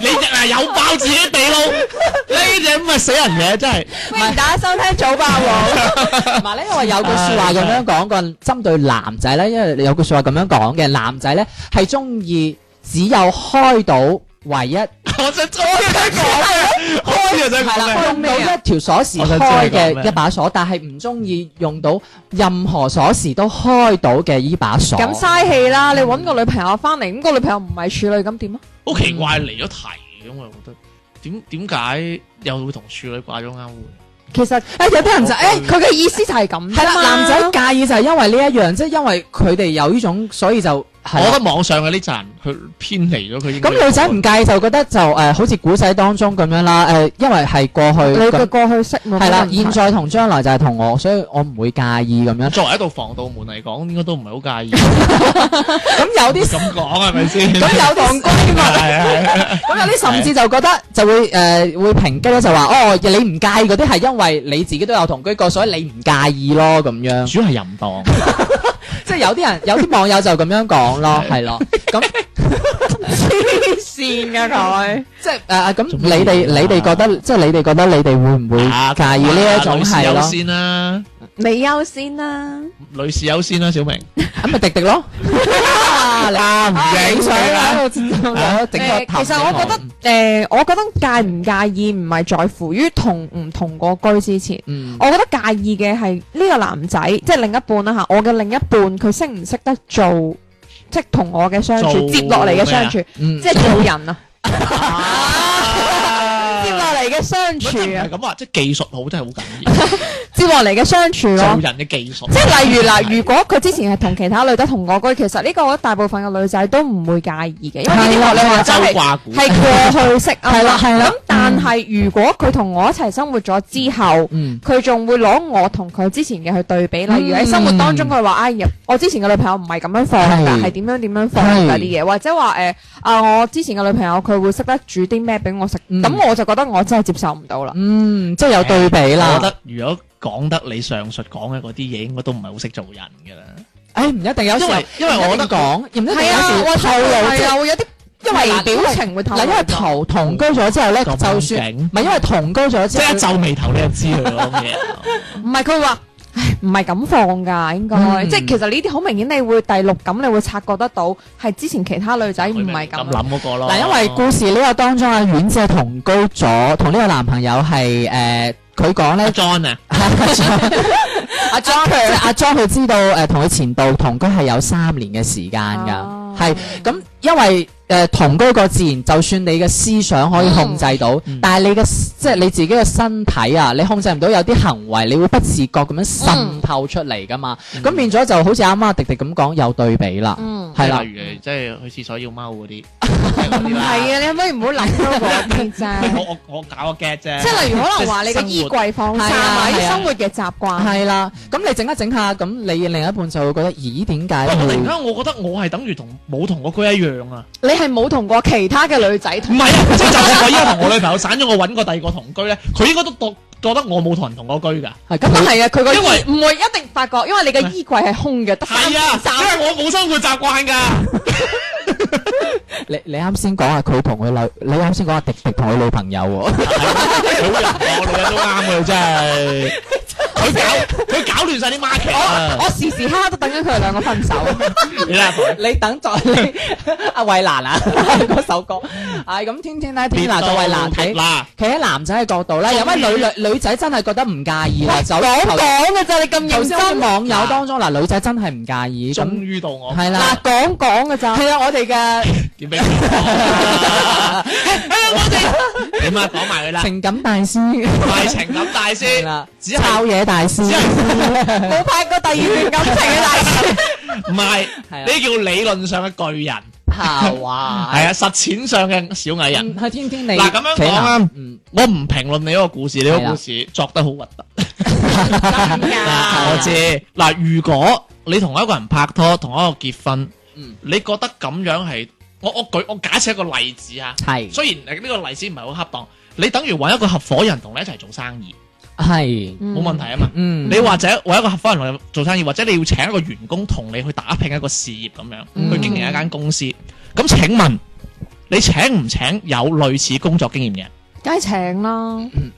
Speaker 2: 你嗱又爆自己地窿，呢只咁嘅死人嘢真係。
Speaker 1: 歡迎大家收聽早霸 王。
Speaker 3: 同埋咧，因為有句説話咁樣講過，針對男仔咧，因為有句説話咁樣講嘅，男仔咧係中意只有開到唯一。
Speaker 2: 我想我聽講咩？開知啊，真係
Speaker 3: 係
Speaker 2: 講
Speaker 3: 啦，
Speaker 2: 咩？
Speaker 3: 用到一條鎖匙
Speaker 2: 我想知
Speaker 3: 開
Speaker 2: 你講咩
Speaker 3: 嘅一把鎖，但係唔中意用到任何鎖匙都開到嘅依把鎖。
Speaker 1: 咁嘥氣啦！你揾個女朋友翻嚟，咁個女朋友唔係處女，咁點啊？
Speaker 2: 好奇怪離咗題嘅，我又覺得點點解又會同處女掛咗啱會？
Speaker 1: 其實誒有啲人就誒佢嘅意思啊就係咁
Speaker 3: 係
Speaker 1: 啫嘛
Speaker 3: 啦，男仔介意就係因為呢一樣，即係因為佢哋有呢種，所以就
Speaker 2: 我
Speaker 3: 係
Speaker 2: 覺
Speaker 3: 啦。
Speaker 2: 得網上嘅呢陣佢偏離咗佢應該
Speaker 3: 咁女仔唔介意就覺得就誒、呃好似古仔當中咁樣啦，誒、呃因為係過去
Speaker 1: 你嘅
Speaker 3: 咁
Speaker 1: 過去式冇
Speaker 3: 係
Speaker 1: 乜
Speaker 3: 啦，
Speaker 1: 問題
Speaker 3: 現在同將來就係同我，所以我唔會介意咁 樣。
Speaker 2: 作為一道防盜門嚟講，應該都唔係好介意。
Speaker 3: 咁 有 啲
Speaker 2: 咁講係咪先？
Speaker 3: 咁有啲
Speaker 2: 係係係
Speaker 3: 咁有啲甚至就覺得就會誒、呃、會抨擊咧，就話哦你唔介意嗰啲係因為你自己都有同居過，所以你唔介意咯咁樣。
Speaker 2: 主要係淫蕩，
Speaker 3: 即係有啲人有啲網友就咁樣講咯，係咯。咁
Speaker 1: 黐線㗎佢，
Speaker 3: 即係誒咁
Speaker 2: 做乜嘢
Speaker 3: 你哋你哋覺得即係你哋覺得你哋會唔會
Speaker 2: 啊
Speaker 3: 介意呢一種係
Speaker 2: 女士優
Speaker 3: 咯？
Speaker 2: 先啦，
Speaker 7: 你優先啦，
Speaker 2: 女士優先啦，小明。
Speaker 3: 咁咪迪迪咯。啱
Speaker 2: 認
Speaker 3: 你想喺度整個
Speaker 1: 誒
Speaker 3: 頭
Speaker 1: 其實我覺得誒，我覺得介唔介意唔係在乎於同唔同個居之前。
Speaker 3: 嗯
Speaker 1: 我覺得介意嘅係呢個男仔，即係另一半啦嚇，我嘅另一半佢識唔識得做，即係同我嘅相處，
Speaker 2: 做
Speaker 1: 接落嚟嘅相處，
Speaker 3: 嗯
Speaker 1: 即係做人啊，接落
Speaker 2: 啊
Speaker 1: 嚟嘅相
Speaker 2: 唔
Speaker 1: 處啊
Speaker 2: 係，咁話，即係技術好真係好
Speaker 1: 接落嚟嘅相處
Speaker 2: 緊要，
Speaker 1: 咯
Speaker 2: 做。人嘅技術。
Speaker 1: 即係例如嗱，如果佢之前係同其他女仔同我居，其實呢個我覺得大部分嘅女仔都唔會介意嘅，因為呢
Speaker 3: 係啦
Speaker 2: 啊
Speaker 1: 啲
Speaker 3: 你話
Speaker 1: 真
Speaker 2: 周
Speaker 1: 係
Speaker 2: 掛股
Speaker 1: 係過去式啊嘛。
Speaker 3: 係啦係啦
Speaker 1: 咁但係如果佢同我一齊生活咗之後。
Speaker 3: 嗯
Speaker 1: 佢仲會攞我同佢之前嘅去對比，例如喺生活當中佢話：哎呀，我之前嘅女朋友唔係咁樣放
Speaker 3: 係
Speaker 1: 㗎，係點樣點樣放
Speaker 3: 係
Speaker 1: 㗎啲嘢，或者話誒啊，我之前嘅女朋友佢會識得煮啲咩俾我食，
Speaker 3: 嗯
Speaker 1: 咁我就覺得我真係接受唔到啦。
Speaker 3: 嗯，即係有對比啦。
Speaker 2: 我覺得如果講得你上述講嘅嗰啲嘢，應該都唔係好識做人㗎啦。
Speaker 3: 誒唔一定有時候
Speaker 2: 因為因為我覺得
Speaker 3: 講，唔一定有
Speaker 1: 係啊，
Speaker 3: 時透露
Speaker 1: 係
Speaker 3: 啫
Speaker 1: 啊，會有啲因為表情會透露
Speaker 3: 嗱，因為
Speaker 1: 咗
Speaker 3: 同同居咗之後咧，
Speaker 2: 咁
Speaker 3: 就算
Speaker 2: 勁
Speaker 3: 唔係因為同居咗
Speaker 2: 即
Speaker 3: 之
Speaker 2: 係一
Speaker 3: 後，
Speaker 2: 皺眉頭你就知佢 講嘢。
Speaker 1: 唔係佢話，唉，唔係咁放㗎，應該，
Speaker 3: 嗯
Speaker 1: 即係其實呢啲好明顯，你會第六感，你會察覺得到係之前其他女仔唔係
Speaker 2: 咁
Speaker 1: 咁。
Speaker 2: 諗嗰個咯。
Speaker 3: 嗱，因為故事呢個當中阿丸姐同居咗，同呢個男朋友係誒，佢講
Speaker 2: 阿
Speaker 3: 咧
Speaker 2: John 啊，
Speaker 3: 阿 John 即係阿 John 佢知道誒，同佢前度同居係有三年嘅時間㗎
Speaker 1: 哦，
Speaker 3: 係咁，因為誒同居個自然，就算你嘅思想可以控制到
Speaker 2: 嗯，
Speaker 3: 但係你嘅即係你自己嘅身體啊，你控制唔到有啲行為，你會不自覺咁樣滲透出嚟㗎嘛，咁變咗就好似啱啱阿迪迪咁講，有對比啦，
Speaker 1: 嗯，
Speaker 3: 係啦。
Speaker 2: 例如即係去廁所要踎嗰啲，係嗰
Speaker 1: 係
Speaker 2: 啲啦。
Speaker 1: 啊，你可唔可以唔好諗多嗰啲啫？
Speaker 2: 我我我搞個 get 啫。
Speaker 1: 即係例如可能話你嘅衣櫃放衫啊，
Speaker 3: 係啊
Speaker 1: 啲
Speaker 3: 係啊
Speaker 1: 生活嘅習慣，
Speaker 3: 係啦，咁你整一整下，咁你嘅另一半就會覺得，咦，點解
Speaker 2: 喂我突啊然
Speaker 3: 會？
Speaker 2: 間，我覺得我係等於同冇同我居一樣啊！
Speaker 1: 你係冇同過其他嘅女仔
Speaker 2: 唔
Speaker 1: 同。
Speaker 2: 係啊，即係就算我依家同我女朋友散咗，我揾個第二個同居咧，佢應該都覺覺得我冇同人同我居㗎。
Speaker 3: 係
Speaker 1: 咁
Speaker 3: 咁
Speaker 1: 但係啊，佢個衣
Speaker 2: 因為
Speaker 1: 唔會一定發覺，因為你嘅衣櫃係空嘅，得三
Speaker 2: 係
Speaker 1: 件
Speaker 2: 啊，
Speaker 1: 衫。
Speaker 2: 因為我冇生活習慣㗎。
Speaker 3: 你你啱先講下佢同佢女，你啱先講下迪迪同佢女朋友 喎，
Speaker 2: 佢好人，我女人都啱佢真係。 佢搞佢搞亂晒啲 market 啊！
Speaker 1: 我時時刻刻都等緊佢哋兩個分手。
Speaker 2: 你啦，
Speaker 3: 你等在 你阿衛蘭 啊嗰首歌，係咁天天咧，天娜作為男睇，
Speaker 2: 嗱，
Speaker 3: 企喺男仔嘅角度咧，有乜女女女仔真係覺得唔介意啦，就
Speaker 1: 講講嘅咋，你咁
Speaker 3: 頭
Speaker 1: 認
Speaker 3: 先我
Speaker 1: 真
Speaker 3: 啲。網友當中嗱，女仔真係唔介意，
Speaker 2: 終
Speaker 3: 咁
Speaker 2: 於到我
Speaker 3: 係
Speaker 1: 嗱
Speaker 3: 啦，，
Speaker 1: 講講嘅咋。
Speaker 3: 係啊，我哋 嘅
Speaker 2: 點俾佢 講？點啊？講埋佢啦，
Speaker 3: 情感大師。
Speaker 2: 大情感大
Speaker 3: 係
Speaker 2: 師
Speaker 3: 啦，
Speaker 2: 只係
Speaker 3: 抄嘢大師，
Speaker 1: 冇拍過第二段感情 嘅大師，
Speaker 2: 唔係
Speaker 3: 係啊
Speaker 2: 呢叫理論上嘅巨人，
Speaker 3: 嚇哇
Speaker 2: 係啊，實踐上嘅小矮人。
Speaker 3: 係天天你
Speaker 2: 嗱咁樣講啊
Speaker 3: 嗯，
Speaker 2: 我唔評論你嗰個故事，你嗰
Speaker 3: 係
Speaker 2: 個
Speaker 3: 啦
Speaker 2: 故事作得好核突。
Speaker 3: 啊
Speaker 2: 我知 嗱，如果你同一個人拍拖，同一個結婚，
Speaker 3: 嗯
Speaker 2: 你覺得咁樣係我我舉我假設一個例子啊，
Speaker 3: 係
Speaker 2: 雖然呢個例子唔係好恰當，你等於揾一個合伙人同你一齊做生意，
Speaker 3: 係
Speaker 2: 冇問題啊嘛。
Speaker 3: 嗯
Speaker 2: 你或者揾一個合伙人同你做生意，或者你要請一個員工同你去打拼一個事業咁樣，
Speaker 3: 嗯
Speaker 2: 去經營一間公司。咁請問你請唔請有類似工作經驗嘅人？
Speaker 1: 梗係請啦。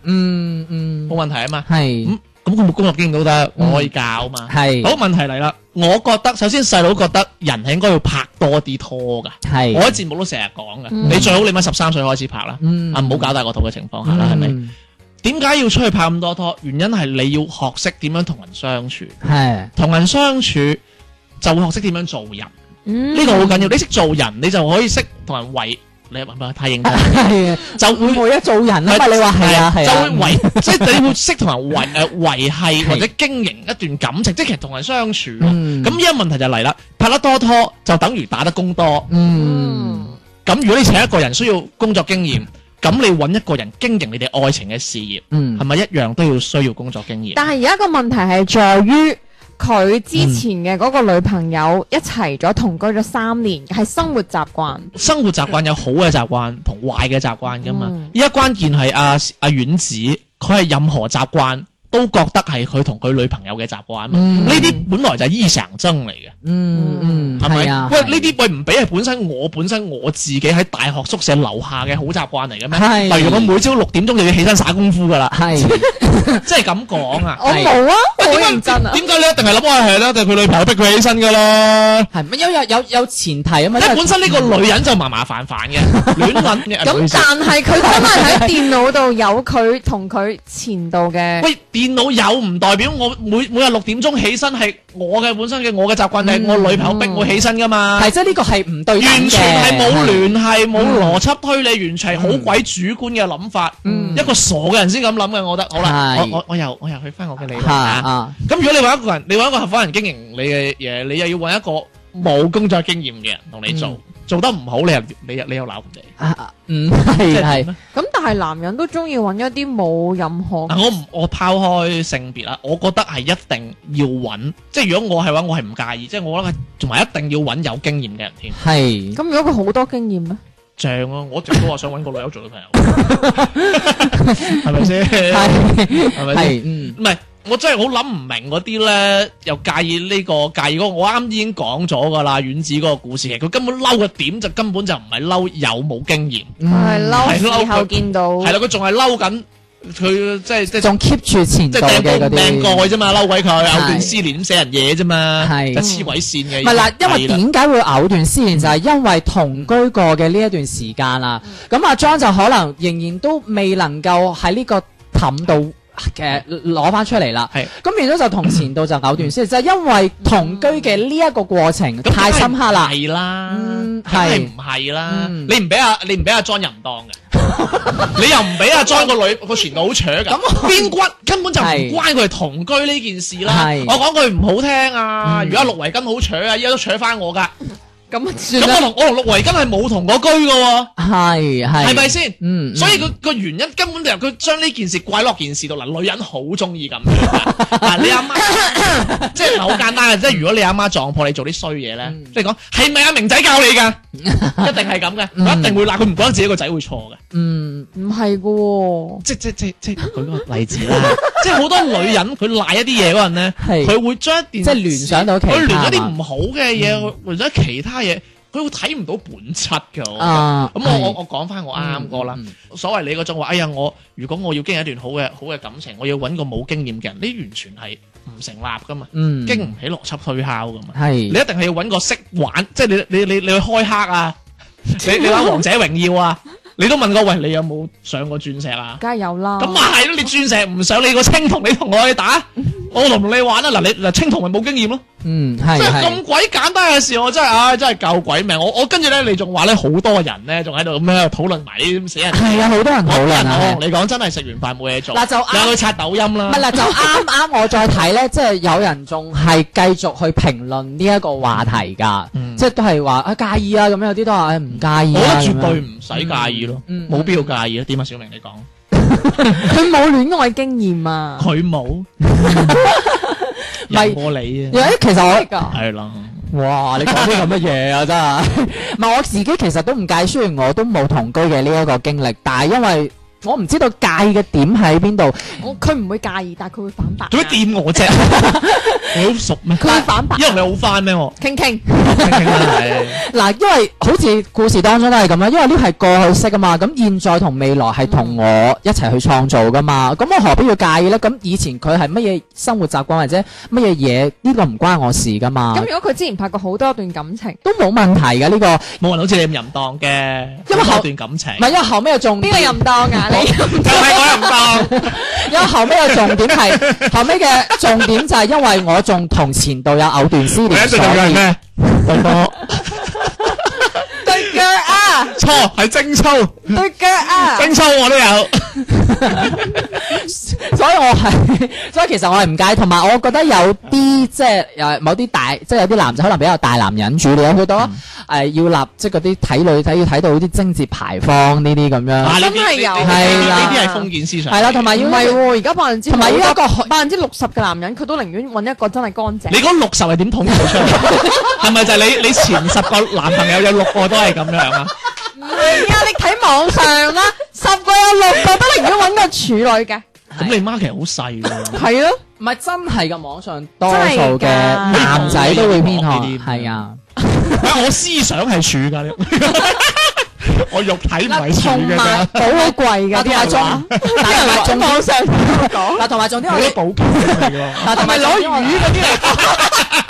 Speaker 3: 嗯嗯
Speaker 2: 冇問題啊嘛。
Speaker 3: 係
Speaker 2: 咁咁佢冇工作經驗都得，
Speaker 3: 嗯
Speaker 2: 我可以教嘛。
Speaker 3: 係
Speaker 2: 好問題嚟啦，我覺得首先細佬覺得人係應該要拍多啲拖㗎。
Speaker 3: 係
Speaker 2: 我喺節目都成日講嘅，
Speaker 3: 嗯
Speaker 2: 你最好你咪十三歲開始拍啦，
Speaker 3: 嗯
Speaker 2: 啊唔好搞大個肚嘅情況下啦，係咪？
Speaker 3: 嗯
Speaker 2: 點解要出去拍咁多拖？原因係你要學識點樣同人相處，
Speaker 3: 係
Speaker 2: 同人相處就會學識點樣做人，呢
Speaker 1: 嗯
Speaker 2: 個好緊要。你識做人，你就可以識同人為你係咪太認真？
Speaker 3: 係
Speaker 2: 就會
Speaker 3: 每一做人啊嘛，
Speaker 2: 係
Speaker 3: 你話係啊係
Speaker 2: 就
Speaker 3: 啊，
Speaker 2: 會 維，即係你會識同人維誒維係或者經營一段感情，即係其實同人相處咯。
Speaker 3: 嗯
Speaker 2: 咁依家問題就嚟啦，拍得多拖就等於打得工多。
Speaker 3: 嗯。
Speaker 2: 咁如果你請一個人需要工作經驗，咁你揾一個人經營你哋愛情嘅事業，
Speaker 3: 嗯
Speaker 2: 係咪一樣都要需要工作經驗？
Speaker 1: 但係而家個問題係在於佢之前嘅嗰個女朋友一齊咗同居咗三年，係生活習慣。
Speaker 2: 生活習慣有好嘅習慣同壞嘅習慣噶嘛
Speaker 1: 嗯？
Speaker 2: 依家、關鍵係阿阿丸子，佢係任何習慣都覺得係佢同佢女朋友嘅習慣啊嘛。
Speaker 3: 嗯
Speaker 2: 呢啲、本來就係衣常爭嚟嘅。
Speaker 3: 嗯嗯，
Speaker 2: 係
Speaker 3: 係
Speaker 2: 咪
Speaker 3: 啊？？
Speaker 2: 喂，呢啲喂唔俾係本身我本身我自己喺大學宿舍樓下嘅好習慣嚟嘅咩？
Speaker 3: 係
Speaker 2: 例如我每朝六點鐘就要起身耍功夫噶啦，
Speaker 3: 係
Speaker 2: 即係咁講啊！
Speaker 1: 我冇啊，好認真啊。
Speaker 2: 點解你一定係諗我係咧？定係佢女朋友逼佢起身噶啦？
Speaker 3: 係咪有有有有前提啊嘛？
Speaker 2: 即
Speaker 3: 因為
Speaker 2: 係本身呢個女人就麻麻煩煩嘅，亂揾嘅。唔好意
Speaker 1: 咁
Speaker 2: 思
Speaker 1: 但係佢真係喺電腦度有佢同佢前度嘅，
Speaker 2: 喂，電腦有唔代表我每每日六點鐘起身係我嘅本身嘅我嘅習慣，定係我女朋友逼我起身噶嘛？
Speaker 3: 係即係呢個係唔對等嘅
Speaker 2: 啊完全係冇聯繫、冇邏輯推理，完全係好鬼主觀嘅諗法。
Speaker 3: 嗯
Speaker 2: 一個傻嘅人先咁諗嘅，我覺得。好啦，我
Speaker 3: 係
Speaker 2: 我我又我又去翻我嘅理論
Speaker 3: 嚇
Speaker 2: 啊。
Speaker 3: 啊！
Speaker 2: 咁如果你揾一個人，你揾一個合夥人經營你嘅嘢，你又要揾一個冇工作經驗嘅人同你做
Speaker 3: 嗯，
Speaker 2: 做得唔好你又你又你又鬧佢哋。
Speaker 3: 啊啊嗯，係
Speaker 2: 係
Speaker 3: 係，
Speaker 1: 咁但係男人都中意揾一啲冇任何
Speaker 2: 嗱，我唔我拋開性別啦，我覺得係一定要揾，即係如果我係話，我係唔介意，即係我覺得係同埋一定要揾有經驗嘅人添。
Speaker 3: 係
Speaker 1: 咁如果佢好多經驗咧，
Speaker 2: 正啊！我一直都話想揾個女友做女朋友， 係咪先？
Speaker 3: 係
Speaker 2: 啊係咪先？
Speaker 3: 係嗯
Speaker 2: 唔係，我真係好諗唔明嗰啲咧，又介意呢、個介意嗰、個。我啱已經講咗㗎啦，丸子嗰個故事，其實佢根本嬲嘅點就根本就唔係嬲有冇經驗，
Speaker 1: 係
Speaker 3: 嗯，
Speaker 1: 嬲
Speaker 2: 係嬲佢
Speaker 1: 事後見到，
Speaker 3: 哦
Speaker 2: 係啦、佢仲係嬲緊佢即係即係。
Speaker 3: 仲 keep 住前
Speaker 2: 即
Speaker 3: 度嘅
Speaker 2: 係掟煲
Speaker 3: 嗰
Speaker 2: 唔掟
Speaker 3: 啲
Speaker 2: 過。去啫嘛，嬲鬼佢，藕斷
Speaker 3: 係
Speaker 2: 絲連咁寫人嘢啫嘛，
Speaker 3: 係
Speaker 2: 就黐鬼線嘅。
Speaker 3: 唔係啦，因為
Speaker 2: 係啦
Speaker 3: 點解會藕斷絲連就係因為同居過嘅呢一段時間啦。
Speaker 2: 嗯
Speaker 3: 咁阿 John 就可能仍然都未能夠喺呢個氹度誒攞翻出嚟啦。
Speaker 2: 係
Speaker 3: 咁變咗就同前度就藕斷絲連，就係因為同居嘅呢一個過程
Speaker 2: 嗯咁
Speaker 3: 太深刻啦。
Speaker 2: 係啦，
Speaker 3: 嗯
Speaker 2: 梗係
Speaker 3: 係
Speaker 2: 唔係啦？
Speaker 3: 嗯
Speaker 2: 你唔俾阿你唔俾阿 John 淫當 嘅，你又唔俾阿 John 個女個前度好扯㗎，邊骨根本就唔
Speaker 3: 係
Speaker 2: 關佢係同居呢件事啦。
Speaker 3: 係嗯
Speaker 2: 我講句唔好聽啊，如果陸維根好扯啊，依家都扯翻我㗎。
Speaker 1: 咁算
Speaker 2: 咁
Speaker 1: 啦
Speaker 2: 我。同我同陸維根係冇同過居㗎喎，
Speaker 3: 係係
Speaker 2: 係咪先？
Speaker 3: 嗯，
Speaker 2: 所以佢個原因根本就係佢將呢件事怪落件事度嗱，女人好中意咁樣㗎嗱，你阿媽即係好簡單嘅，即係如果你阿媽撞破你做啲衰嘢咧
Speaker 3: 嗯，
Speaker 2: 即係講係咪阿明仔教你㗎？一定係咁嘅，佢一定會鬧佢，唔覺得自己個仔會錯嘅，
Speaker 3: 嗯
Speaker 1: 唔係嘅喎，
Speaker 2: 即即即即 舉個例子啦，即係好多女人佢賴一啲嘢嗰陣咧，
Speaker 3: 係
Speaker 2: 佢會將一件
Speaker 3: 即係聯想到其他
Speaker 2: 佢聯咗啲唔好嘅嘢，或者其他嘢，佢會睇唔到本質㗎。我覺得
Speaker 3: 啊，
Speaker 2: 咁我我
Speaker 3: 係
Speaker 2: 我講翻我啱個啦
Speaker 3: 嗯，
Speaker 2: 所謂你嗰種話，哎呀，我如果我要經營一段好嘅好嘅感情，我要揾個冇經驗嘅人，呢完全係唔成立噶嘛，
Speaker 3: 嗯
Speaker 2: 經唔起邏輯推敲噶嘛，
Speaker 3: 係
Speaker 2: 你一定係要揾個識玩，即係你你你你去開 黑啊，你你玩王者榮耀啊，你都問過喂，你有冇上過鑽石啊？
Speaker 1: 梗係有啦。
Speaker 2: 咁咪係咯，你鑽石唔上，你個青銅你同我 去打，我同你玩啊！嗱，你嗱青銅咪冇經驗咯。
Speaker 3: 嗯係
Speaker 2: 即係
Speaker 3: 係
Speaker 2: 咁鬼簡單嘅事，我真係唉，真係救鬼命！我我跟住咧，你仲話咧好多人咧，仲喺度咁樣討論埋呢啲咁死人。
Speaker 3: 係啊，好多人討論啊。
Speaker 2: 我
Speaker 3: 係
Speaker 2: 同你講真係食完飯冇嘢做，
Speaker 3: 嗱就啱
Speaker 2: 又去刷抖音啦
Speaker 3: 唔係。啦，就啱啱我再睇咧，即係有人仲係繼續去評論呢一個話題㗎，
Speaker 2: 嗯
Speaker 3: 即係都係話啊介意啊咁，有啲都話誒唔介意
Speaker 2: 我覺
Speaker 3: 啊
Speaker 2: 得
Speaker 3: 咁
Speaker 2: 絕對
Speaker 3: 樣。
Speaker 2: 唔使介意咯，
Speaker 3: 嗯嗯
Speaker 2: 冇必要介意咯。點啊，小明你講，
Speaker 1: 佢冇戀愛經驗啊，
Speaker 2: 佢冇，
Speaker 3: 咪
Speaker 2: 有過你啊，
Speaker 3: 因為其實我
Speaker 1: 噶，
Speaker 2: 係啦，
Speaker 3: 哇！你講啲咁嘅嘢啊，真係。唔係我自己其實都唔介意，雖然我都冇同居嘅呢一個經歷，但係因為我唔知道介意嘅點喺邊度。
Speaker 1: 我佢唔會介意，但係佢會反白。
Speaker 2: 做咩掂我啫？ 你好熟咩？
Speaker 1: 佢會反白。
Speaker 2: 因為你好翻咩？ 我
Speaker 1: 傾傾
Speaker 2: 傾傾啦，係
Speaker 3: 嗱，因為好似故事當中都係咁樣，因為呢係過去式啊嘛，咁現在同未來係
Speaker 1: 嗯
Speaker 3: 同我一齊去創造噶嘛，咁我何必要介意呢？咁以前佢係乜嘢生活習慣或者乜嘢嘢，呢、個唔關我事噶嘛
Speaker 1: 咁，如果佢之前拍過好多段感情，
Speaker 3: 都冇問題嘅呢、 個，
Speaker 2: 冇人好似你咁淫蕩嘅，
Speaker 3: 因為
Speaker 2: 多
Speaker 3: 後
Speaker 2: 段感情
Speaker 3: 唔，係因為後尾嘅重
Speaker 1: 邊個
Speaker 3: 點，
Speaker 1: 淫蕩啊？你
Speaker 2: 就係我淫蕩。
Speaker 3: 因為後尾嘅重 點係後尾嘅重點就係因為我仲同前度有藕斷絲
Speaker 2: 你一
Speaker 3: 連，
Speaker 2: 直
Speaker 3: 所
Speaker 2: 做緊
Speaker 3: 以
Speaker 2: 咩？對波
Speaker 1: 對腳啊，
Speaker 2: 錯係精粗，
Speaker 1: 對腳啊！
Speaker 2: 精粗我都有。
Speaker 3: 所以我係， 所以其實我係唔介意，同埋我覺得有啲即係誒某啲大，即係有啲男仔可能比較大男人主義，佢覺得誒、要立即嗰啲睇女睇要睇到啲貞節牌坊呢啲咁
Speaker 2: 啊
Speaker 3: 樣，
Speaker 2: 呢啲
Speaker 1: 真係有
Speaker 2: 呢啲
Speaker 3: 係啦
Speaker 2: 呢啲係封建思想。
Speaker 3: 係啦，同埋要
Speaker 1: 唔係喎，而家百分之
Speaker 3: 同埋依家個
Speaker 1: 百分之六十嘅男人，佢都寧願揾一個真係 乾
Speaker 2: 你
Speaker 1: 淨。
Speaker 2: 嗰六十係點統計出嚟？係咪就係你你前十個男朋友有六個都係咁樣啊？
Speaker 1: 唔係啊，你睇網上啦，十個有六個都寧願揾個處女嘅，
Speaker 2: 咁你 market 好細喎。
Speaker 1: 係咯。
Speaker 3: 唔係真係嘅網上多
Speaker 1: 真係
Speaker 3: 數
Speaker 1: 㗎
Speaker 3: 嘅男仔都會偏向
Speaker 2: 呢啲
Speaker 3: 係啊。
Speaker 2: 喂我思想係處㗎， 我肉體
Speaker 3: 嗯
Speaker 2: 唔係處
Speaker 1: 同
Speaker 2: 㗎
Speaker 1: 埋
Speaker 2: 啫。
Speaker 1: 保好貴㗎，啲
Speaker 3: 嗱
Speaker 1: 人話，
Speaker 3: 嗱同埋重點
Speaker 1: 網上講。
Speaker 3: 嗱，同埋重點我
Speaker 2: 我
Speaker 3: 哋
Speaker 2: 都保健嚟㗎。
Speaker 3: 啊嗱，同埋攞
Speaker 1: 魚
Speaker 3: 嗰啲嚟。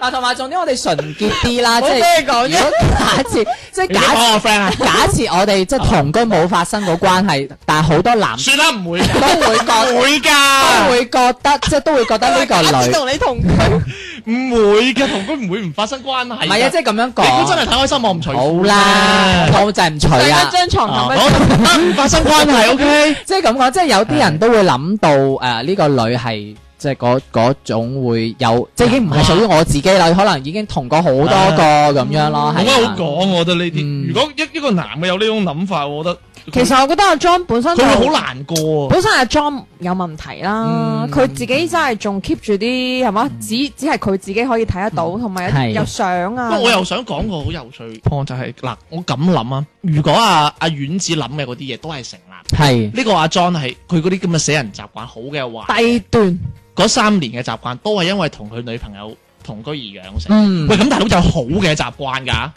Speaker 3: 嗱，同埋重點我哋純潔啲啦，即係如果假設，即係
Speaker 2: 你
Speaker 3: 假
Speaker 2: 講
Speaker 3: 設
Speaker 2: 我 friend 啊？
Speaker 3: 假設我哋即係同居冇發生過關係，但係好多男
Speaker 2: 算啦，唔會㗎，
Speaker 3: 都會覺
Speaker 2: 會
Speaker 3: 都
Speaker 2: 㗎，
Speaker 3: 會覺得即係都會覺得呢個女
Speaker 1: 同你同居，
Speaker 2: 唔會㗎，同居唔會唔發生關係㗎。
Speaker 3: 唔係啊，即係咁樣
Speaker 2: 你估真係
Speaker 3: 講。
Speaker 2: 太開心，我唔除啊褲
Speaker 3: 好啦，
Speaker 2: 啫
Speaker 3: 我就係唔除
Speaker 1: 第
Speaker 3: 啦
Speaker 1: 一。張床
Speaker 2: 啊
Speaker 1: 頭
Speaker 2: 好
Speaker 1: 咩？
Speaker 2: 得唔發生關係，OK。
Speaker 3: 即係咁講，即係有啲人都會諗到誒呢個女係即係嗰嗰種會有，即係已經唔係屬於我自己啦，可能已經同過好多個咁樣咯。
Speaker 2: 冇
Speaker 3: 係
Speaker 2: 乜
Speaker 3: 啊
Speaker 2: 好講，我覺得呢啲。
Speaker 3: 嗯
Speaker 2: 如果一一個男嘅有呢種諗法，我覺得
Speaker 1: 其實我覺得阿 John 本身
Speaker 2: 佢會
Speaker 1: 就
Speaker 2: 好難過啊。
Speaker 1: 本身阿 John 有問題啦
Speaker 3: 嗯，
Speaker 1: 佢自己真係仲 keep 住啲係嘛，只只係佢自己可以睇得到，同埋有
Speaker 3: 係
Speaker 1: 有相
Speaker 2: 不
Speaker 1: 啊
Speaker 2: 過。我又想講個好有趣 point 就係嗱，我咁諗啊，如果阿阿丸子諗嘅嗰啲嘢都係成立，
Speaker 3: 係
Speaker 2: 呢個阿 John 係佢嗰啲咁嘅死人習慣，好嘅壞，
Speaker 1: 低端，
Speaker 2: 嗰三年嘅習慣都係因為同佢女朋友同居而養成。
Speaker 3: 嗯
Speaker 2: 喂，咁大佬有好嘅習慣㗎。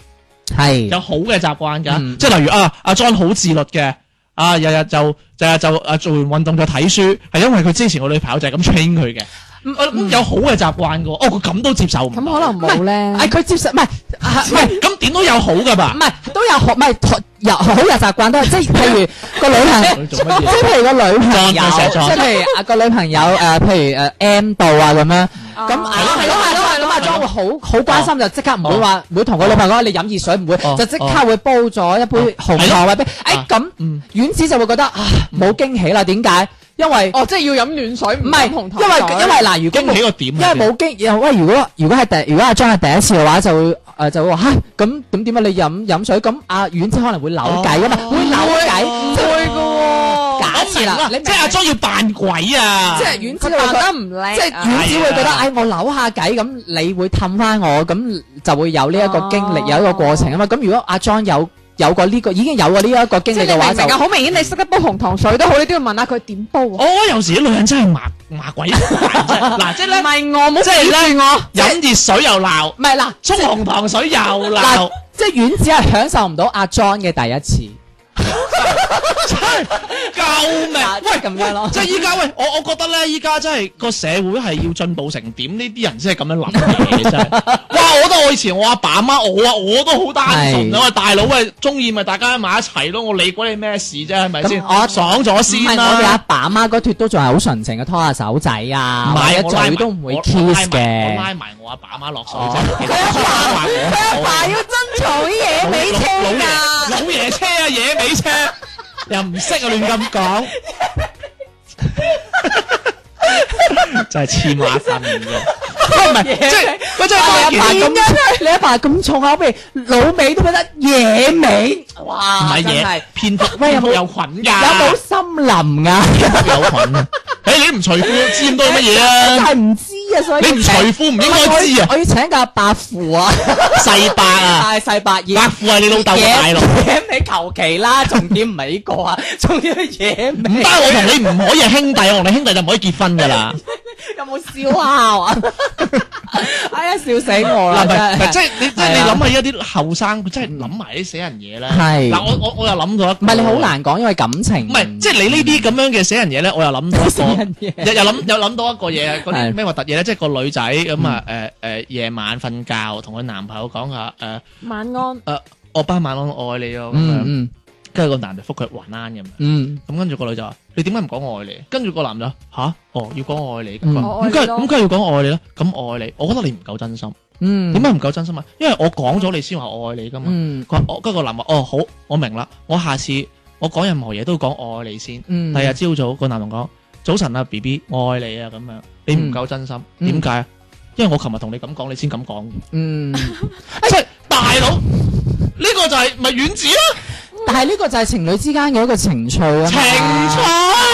Speaker 3: 係
Speaker 2: 有好嘅習慣㗎，
Speaker 3: 嗯
Speaker 2: 即係例如啊，阿 John 好自律嘅，啊日日就日日就啊做完運動就睇書，係因為佢之前個女朋友就係咁 train 佢嘅，
Speaker 3: 嗯
Speaker 2: 我諗有好嘅習慣㗎喎，哦佢咁都接受唔
Speaker 1: 咁
Speaker 2: 到，
Speaker 1: 可能冇咧。
Speaker 3: 誒佢接受唔係啊
Speaker 2: 唔係咁點都有好㗎吧
Speaker 3: 唔？係都有學唔係有好有習慣都係即係 譬如個女朋友，
Speaker 2: 佢
Speaker 3: 即
Speaker 2: 做乜嘢
Speaker 3: 係譬如個女朋友，
Speaker 2: 裝佢成日
Speaker 3: 即
Speaker 2: 裝
Speaker 3: 係譬如啊個女朋友誒，譬如誒 M 度啊咁樣。咁係咯係咯係咯係咯，阿莊會好好關心就即刻唔會話唔會同個女朋友講你飲熱水，唔會
Speaker 2: 哦
Speaker 3: 就即刻會煲咗一杯紅糖或者誒咁
Speaker 2: 嗯，
Speaker 3: 丸子就會覺得啊冇驚喜啦，點解？因為
Speaker 1: 哦，即係要飲暖水，唔
Speaker 3: 唔
Speaker 1: 係啊
Speaker 3: 係
Speaker 1: 紅糖
Speaker 3: 因為
Speaker 1: 水
Speaker 3: 因為嗱，如果
Speaker 2: 驚
Speaker 3: 冇
Speaker 2: 喜個點啊
Speaker 3: 因
Speaker 2: 係
Speaker 3: 為
Speaker 2: 點，
Speaker 3: 冇經，喂，如果如果係第，如果阿張係第一次嘅話，就會誒、呃就會話吓，咁咁點解啊你飲飲水？咁阿丸子可能會扭計啊嘛，會扭計，即係
Speaker 1: 哦會㗎
Speaker 3: 假設啦，你
Speaker 2: 即係阿 John 要扮鬼啊
Speaker 3: 即！係
Speaker 1: 佢
Speaker 3: 丸子會覺
Speaker 1: 扮
Speaker 3: 得。
Speaker 1: 得唔叻啊，
Speaker 3: 即係丸子會覺得，哎，我扭下計，咁你會氹翻我，咁就會有呢一個經歷，
Speaker 1: 哦
Speaker 3: 有一個過程啊嘛。咁如果阿莊有有過呢個，已經有過呢一個經
Speaker 1: 即係
Speaker 3: 歷
Speaker 1: 你
Speaker 3: 嘅
Speaker 1: 明
Speaker 3: 話，
Speaker 1: 唔明啊？
Speaker 3: 就
Speaker 1: 好明顯你識得煲紅糖水都好，你都要問下佢點煲啊。
Speaker 2: 我哦有時啲女人真係麻麻鬼煩真 係嗱，即係
Speaker 1: 唔
Speaker 2: 咧
Speaker 1: 係我冇
Speaker 2: 即係
Speaker 1: 俾住我。
Speaker 2: 飲熱水又 鬧，
Speaker 3: 唔係嗱，
Speaker 2: 沖紅糖水又鬧
Speaker 3: 嗱。，即係丸子係享受唔到阿莊嘅第一次。
Speaker 2: 救
Speaker 3: 嗱
Speaker 2: 命！喂，
Speaker 3: 啊即係咁樣咯
Speaker 2: 即係依家喂，我我覺得咧，依家真係個社會係要進步成點，呢啲人先係咁樣諗嘅 嘢真係。哇！我覺得我以前我阿爸阿媽我啊，我都好單純啊，
Speaker 3: 係
Speaker 2: 喂大佬喂，中意咪大家埋一齊咯，我理鬼你咩事啫，係咪先？
Speaker 3: 咁我
Speaker 2: 爽咗
Speaker 3: 唔係
Speaker 2: 先
Speaker 3: 我哋阿
Speaker 2: 啦。
Speaker 3: 爸阿媽嗰脱都仲係好純情嘅，拖下手仔啊，或者
Speaker 2: 我拉埋
Speaker 3: 嘴都唔會
Speaker 2: 我
Speaker 3: kiss
Speaker 2: 我
Speaker 3: 嘅。哦
Speaker 2: 拉埋我阿爸阿媽落水啫。佢阿爸，
Speaker 1: 佢阿爸 要珍藏啲嘢俾車
Speaker 2: 老爺
Speaker 1: 㗎。
Speaker 2: 老爺車啊，野味車又唔識啊，亂咁講，真係黐孖筋嘅。喂唔係，即係喂，真係
Speaker 3: 你
Speaker 2: 發
Speaker 3: 阿
Speaker 2: 現
Speaker 3: 爸咁， 你阿爸咁重口味，老味都覺得野味，
Speaker 2: 唔
Speaker 3: 哇！
Speaker 2: 係
Speaker 3: 真係
Speaker 2: 嘢，蝙蝠
Speaker 3: 喂有冇
Speaker 2: 有菌㗎，
Speaker 3: 有冇森林㗎？
Speaker 2: 有菌啊？誒，你都唔除褲，知咁多乜嘢
Speaker 3: 真
Speaker 2: 啊？
Speaker 3: 係唔知啊，所以
Speaker 2: 你唔除褲唔應該知啊
Speaker 3: 我要我要請假伯父啊，
Speaker 2: 細伯 啊，
Speaker 3: 大細伯爺，
Speaker 2: 伯父係你老豆
Speaker 3: Dạ.
Speaker 2: 嘅大佬。
Speaker 3: 野味求其啦，重點唔係呢個啊， 重點係野
Speaker 2: 唔
Speaker 3: 味
Speaker 2: 得，。我同你唔可以係兄弟，我同你兄弟就唔可以結婚噶啦。
Speaker 3: 有冇笑啊？ 哎呀，笑死我啦！
Speaker 2: 嗱，唔係唔係
Speaker 3: 真
Speaker 2: 即
Speaker 3: 係
Speaker 2: 係你即係你
Speaker 3: 係啊
Speaker 2: 諗下而家啲後生，佢真係諗埋啲死人嘢咧。
Speaker 3: 係
Speaker 2: 嗱，我我我又諗到一個，
Speaker 3: 唔係你好難講，因為感情
Speaker 2: 唔係，即係你呢啲咁樣嘅死人嘢咧，我又諗到
Speaker 3: 死
Speaker 2: 一
Speaker 3: 人
Speaker 2: 個，
Speaker 3: 嘢
Speaker 2: 又又諗又諗到一個嘢，啊嗰
Speaker 3: 係嗯
Speaker 2: 啲咩核突嘢咧，即係個女仔咁啊誒誒夜晚瞓覺，同佢男朋友講下誒
Speaker 8: 晚安，
Speaker 2: 誒，我班晚安我愛你啊咯咁
Speaker 3: 嗯
Speaker 2: 樣，
Speaker 3: 嗯
Speaker 2: 跟住個男就覆佢晚安咁樣，
Speaker 3: 嗯
Speaker 2: 咁跟住個女就話你點解唔講我愛你？跟住個男就話吓，哦要講我愛你，咁
Speaker 3: 嗯
Speaker 2: 佢
Speaker 3: 我
Speaker 2: 話咁梗係咁梗係要講我愛你啦，咁我愛你，我覺得你唔夠真心，
Speaker 3: 嗯，
Speaker 2: 點解唔夠真心啊？因為我講咗你先話我愛你噶嘛。
Speaker 3: 嗯
Speaker 2: 佢話我跟住個男話哦好，我明啦，我下次我講任何嘢都講我愛你先。
Speaker 3: 嗯，
Speaker 2: 第日朝早個男同講：早晨啊，B B，我愛你啊，咁樣你唔夠真心，
Speaker 3: 嗯
Speaker 2: 點解啊？因為我琴日同你咁講，你先咁講。
Speaker 3: 嗯，
Speaker 2: 即係哎大佬，呢個就係咪丸子啊？
Speaker 3: 但係呢個就係情侶之間嘅一個情趣啊嘛，
Speaker 2: 情趣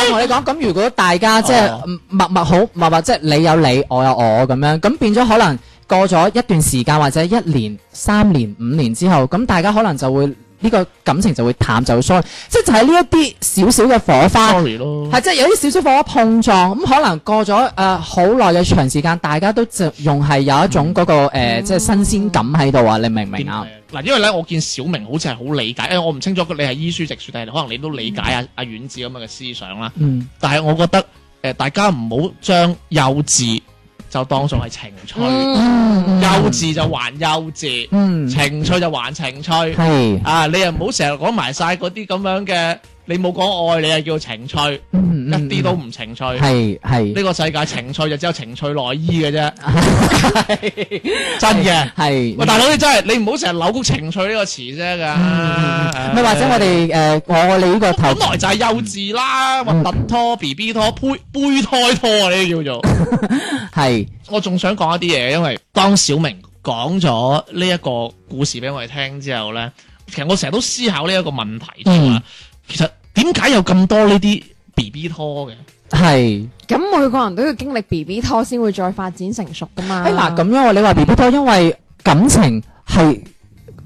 Speaker 3: 我同你講，咁如果大家即係嗯
Speaker 2: 哦
Speaker 3: 默默好默默，即係你有你，我有我咁樣，咁變咗可能過咗一段時間或者一年、三年、五年之後，咁大家可能就會呢個感情就會淡就會疏，即係就係呢一啲少少嘅火花。
Speaker 2: ，sorry 咯。
Speaker 3: 啊係即係有啲少少火花碰撞，咁可能過咗誒好耐嘅長時間，大家都就用係有一種嗰、個、呃即係新鮮感喺度啊！你明唔明啊？
Speaker 2: 嗱，因為咧，我見小明好似係好理解，因為我唔清楚佢你係醫書直説定係可能你都理解阿阿丸子咁樣嘅思想啦。
Speaker 3: 嗯
Speaker 2: 但係我覺得誒、大家唔好將幼稚就當做係情趣，
Speaker 3: 嗯
Speaker 2: 幼稚就還幼稚，
Speaker 3: 嗯
Speaker 2: 情趣就還情趣。
Speaker 3: 係
Speaker 2: 啊，你又唔好成日講埋晒嗰啲咁樣嘅，你冇講愛，你又叫情趣，
Speaker 3: 嗯
Speaker 2: 一啲都唔情趣。呢
Speaker 3: 係係
Speaker 2: 個世界情趣就只有情趣內衣嘅啫，真嘅。
Speaker 3: 係
Speaker 2: 喂，大佬你真係你唔好成日扭曲情趣呢個詞啫
Speaker 3: 嗯
Speaker 2: 㗎。
Speaker 3: 咪或者我哋誒我哋呢個頭嗯
Speaker 2: 本來就係幼稚啦，核突拖、B B 拖、胚胚胎拖啊，呢啲叫 做。
Speaker 3: 係
Speaker 2: 我仲想講一啲嘢，因為當小明講咗呢一個故事俾我哋聽之後咧，其實我成日都思考呢一個問題，就係
Speaker 3: 嗯
Speaker 2: 話其實點解有咁多呢啲 B B 拖嘅？
Speaker 3: 係。
Speaker 1: 咁每個人都要經歷 B B 拖先會再發展成熟噶嘛。
Speaker 3: 誒嗱，咁樣喎你話 B B 多，因為感情係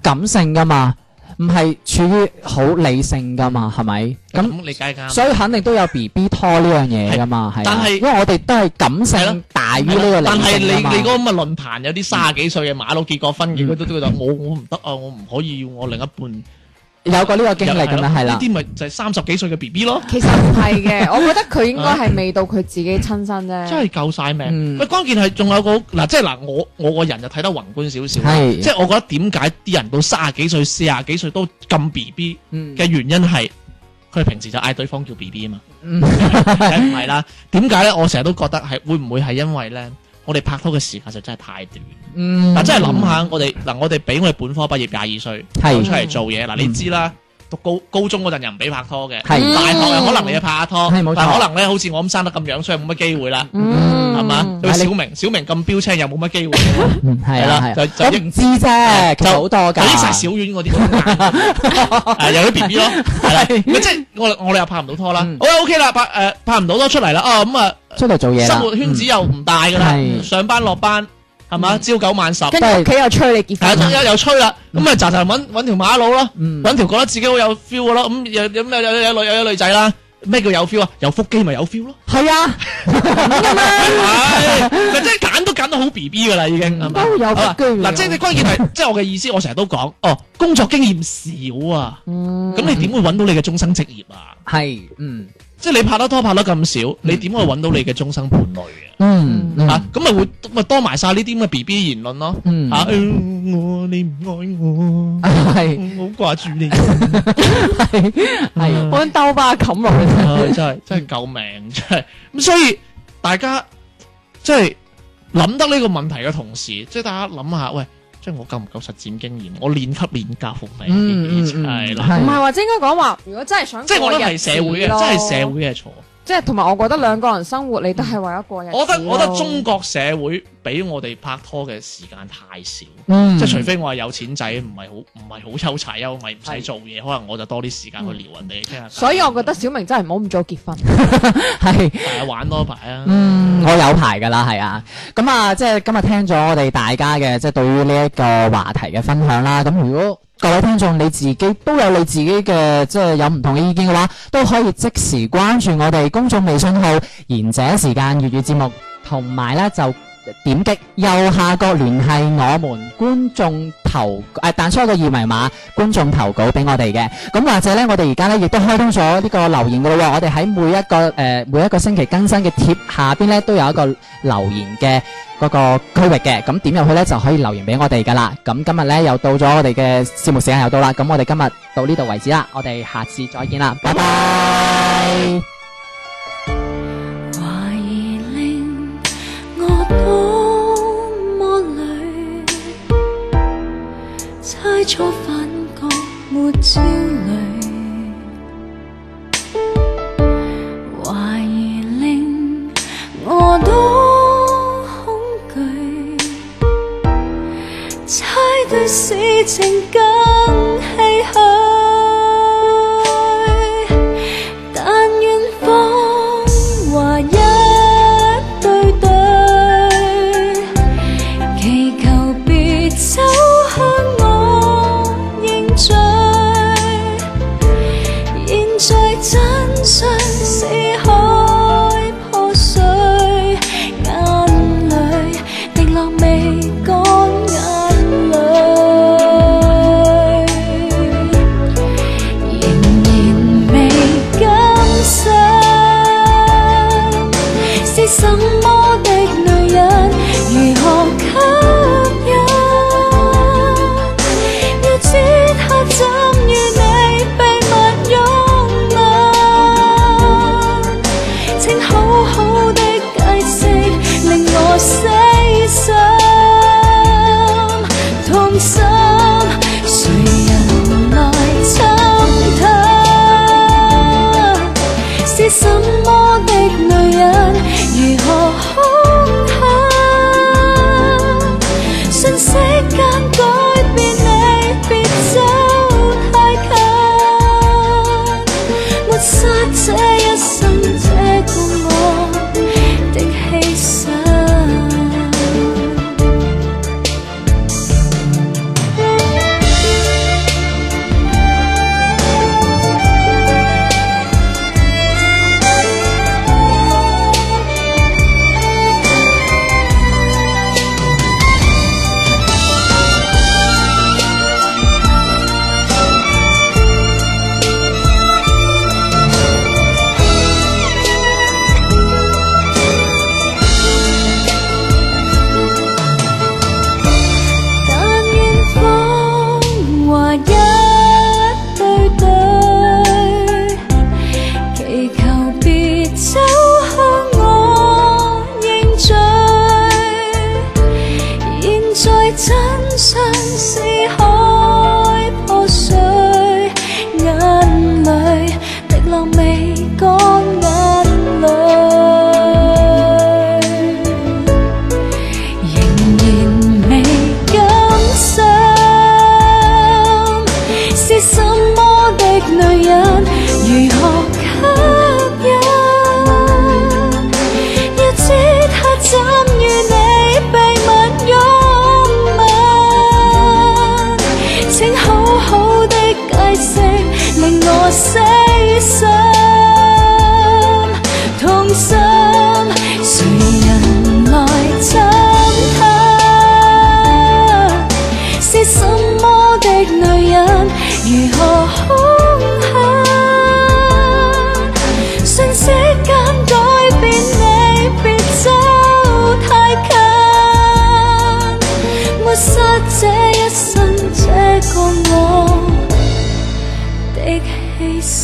Speaker 3: 感性噶嘛，唔係處於好理性噶嘛，係咪？
Speaker 2: 咁
Speaker 3: 咁
Speaker 2: 你梗係啱。
Speaker 3: 所以肯定都有 B B 拖呢樣嘢噶嘛，係啊。
Speaker 2: 但係
Speaker 3: 因為我哋都係感
Speaker 2: 係咯
Speaker 3: 性大於呢個理
Speaker 2: 但係你
Speaker 3: 性㗎嘛
Speaker 2: 你嗰個咁嘅論壇有啲三十幾歲嘅馬佬結過婚嘅，佢都都覺得我我唔得啊，我唔可以要我另一半
Speaker 3: 有過呢個經歷咁樣係
Speaker 2: 呢
Speaker 3: 啦，
Speaker 2: 啲咪就係三十幾歲嘅 B B 咯，
Speaker 1: 其實唔係 嘅，我覺得佢應該係未到佢自己親身啫。
Speaker 2: 真係救晒命。
Speaker 3: 嗯
Speaker 2: 喂，關鍵係仲有個嗱，即係嗱，我我個人就睇得宏觀少少啦，
Speaker 3: 係
Speaker 2: 即係我覺得點解啲人到三十幾歲、四十幾歲都咁 B B？
Speaker 3: 嗯
Speaker 2: 嘅原因係佢哋平時就嗌對方叫 B B 啊嘛，
Speaker 3: 嗯
Speaker 2: 梗唔係啦。點解咧？我成日都覺得係會唔會係因為咧，我哋拍拖嘅時間就真係太短。
Speaker 3: 嗯
Speaker 2: 嗱，真係諗下我哋嗱，我哋俾我哋本科畢業廿二歲，
Speaker 3: 係嗯
Speaker 2: 就出嚟做嘢嗱，你知啦。讀高高中嗰陣又唔俾拍拖嘅，大
Speaker 3: 係
Speaker 2: 學又可能你又拍下拖，
Speaker 3: 係冇錯
Speaker 2: 但可能咧好似我咁生得咁樣，所以冇乜機會啦，
Speaker 1: 嗯，
Speaker 2: 係嘛？
Speaker 3: 但係你
Speaker 2: 小明小明咁標青又冇乜 機會，
Speaker 3: 嗯係
Speaker 2: 係啦
Speaker 3: 啦係
Speaker 2: 就
Speaker 3: 啦
Speaker 2: 就
Speaker 3: 我唔知啫，其實好多㗎。
Speaker 2: 就啲晒小丸嗰啲 好難啊有啲 B B 咯，係啦，咁即係我我哋又拍唔到拖啦
Speaker 3: 嗯，
Speaker 2: 好啦 OK 啦，拍誒拍唔到拖出嚟啦，哦咁啊
Speaker 3: 出嚟做嘢啦
Speaker 2: 生活圈子又唔大噶啦，
Speaker 3: 嗯係嗯
Speaker 2: 上班落班係嘛，朝九晚十，
Speaker 1: 跟住屋企又催你結
Speaker 2: 係
Speaker 1: 婚
Speaker 2: 啊，又吹啦，
Speaker 1: 嗯
Speaker 2: 咁啊咋咋揾揾條馬佬咯，
Speaker 3: 嗯
Speaker 2: 揾條覺得自己好有 feel 嘅咯，咁有有有有有有有有女仔啦。咩叫有 feel 啊？有腹肌咪有 feel 咯，
Speaker 3: 係啊，
Speaker 2: 係咪即係揀都揀到好 B B 噶啦，已經係嘛？
Speaker 1: 嗯都有
Speaker 2: 啊
Speaker 1: 腹肌喎
Speaker 2: 嗱，即係你關 鍵係，即係我嘅意思，我成日都講，哦，工作經驗少啊，
Speaker 1: 嗯
Speaker 2: 咁你點會揾到你嘅終生職業啊？
Speaker 3: 係嗯
Speaker 2: 即係你拍得拖拍得咁
Speaker 1: 嗯
Speaker 2: 少，你點會揾到你嘅終生伴侶啊？
Speaker 3: 嗯嗯
Speaker 2: 啊，咁咪會咪多埋晒呢啲咁嘅 B B 言論咯，
Speaker 3: 嗯
Speaker 2: 啊，哎我你唔愛
Speaker 3: 係
Speaker 2: 我，我好掛住 你，嗯
Speaker 3: 係。
Speaker 1: 我兜巴冚落去。
Speaker 2: 唉真係 真係救命，真係咁，所以大家即係諗得呢個問題嘅同時，即係大家諗下，喂，即係我夠唔夠實戰經驗？我練級練教服未？
Speaker 3: 嗯嗯
Speaker 2: 係啦。啊
Speaker 1: 唔係
Speaker 3: 係
Speaker 1: 或者應該講話，如果真係啊想
Speaker 2: 即係我覺
Speaker 1: 覺
Speaker 2: 得係社會嘅，真係社會嘅錯。
Speaker 1: 嗯即係同埋，我覺得兩個人生活你都係為咗過日子咯。
Speaker 2: 我覺得我覺得中國社會俾我哋拍拖嘅時間太少，
Speaker 3: 嗯
Speaker 2: 即係除非我係有錢仔，唔係好唔係好抽柴休，咪唔使做嘢，可能我就多啲時間去撩人哋聽下偈。
Speaker 1: 所以我覺得小明真係唔好咁早結婚。
Speaker 3: 係。
Speaker 2: 係啊玩多排啊，
Speaker 3: 嗯，我有排噶啦，係啊。咁啊，即係今日聽咗我哋大家嘅，即係對於呢一個話題嘅分享啦。咁如果各位聽眾你自己都有你自己嘅，即係有唔同嘅意見嘅話，都可以即時關注我哋公眾微信號「賢者時間粵語節目」，同埋咧就。點擊右下角聯繫我們觀眾投誒彈出一個二維碼，觀眾投稿俾我哋嘅。咁或者咧，我哋而家咧亦都開通咗呢個留言嘅咯喎。我哋喺每一個誒、呃每一個星期更新嘅貼下邊咧，都有一個留言嘅嗰個區域嘅。咁點入去咧就可以留言俾我哋噶啦。咁今日咧又到咗我哋嘅節目時間又到啦。咁我哋今日到呢度為止啦。我哋下次再見啦，拜拜。
Speaker 4: 懷疑令我多麼累，猜錯反覺沒焦慮。懷疑令我多恐懼，猜對事情更唏噓。但願謊話一對對，祈求別走向我認罪。現在真相是海破碎，眼淚滴落未乾眼淚。仍然未甘心，是什麼的女人，如何吸引？要知他怎與你秘密擁吻，請好好的解釋，令我死心痛心。誰人來參透？是什麼的女人，如何兇狠？瞬息間改變你，別走太近，抹殺這一生這個我的犧牲。但願謊話一對對，祈求別走向我認罪。現在真相是海破碎，眼淚滴落未乾眼淚。仍然未甘心，是什麼的女人，如何吸引？要知她怎與你秘密擁吻，請好好的解釋，令我死心痛心。誰人來參透？是什麼的女人，如何兇狠？瞬息間改變你，別走太近，抹殺這一生這個我的犧牲。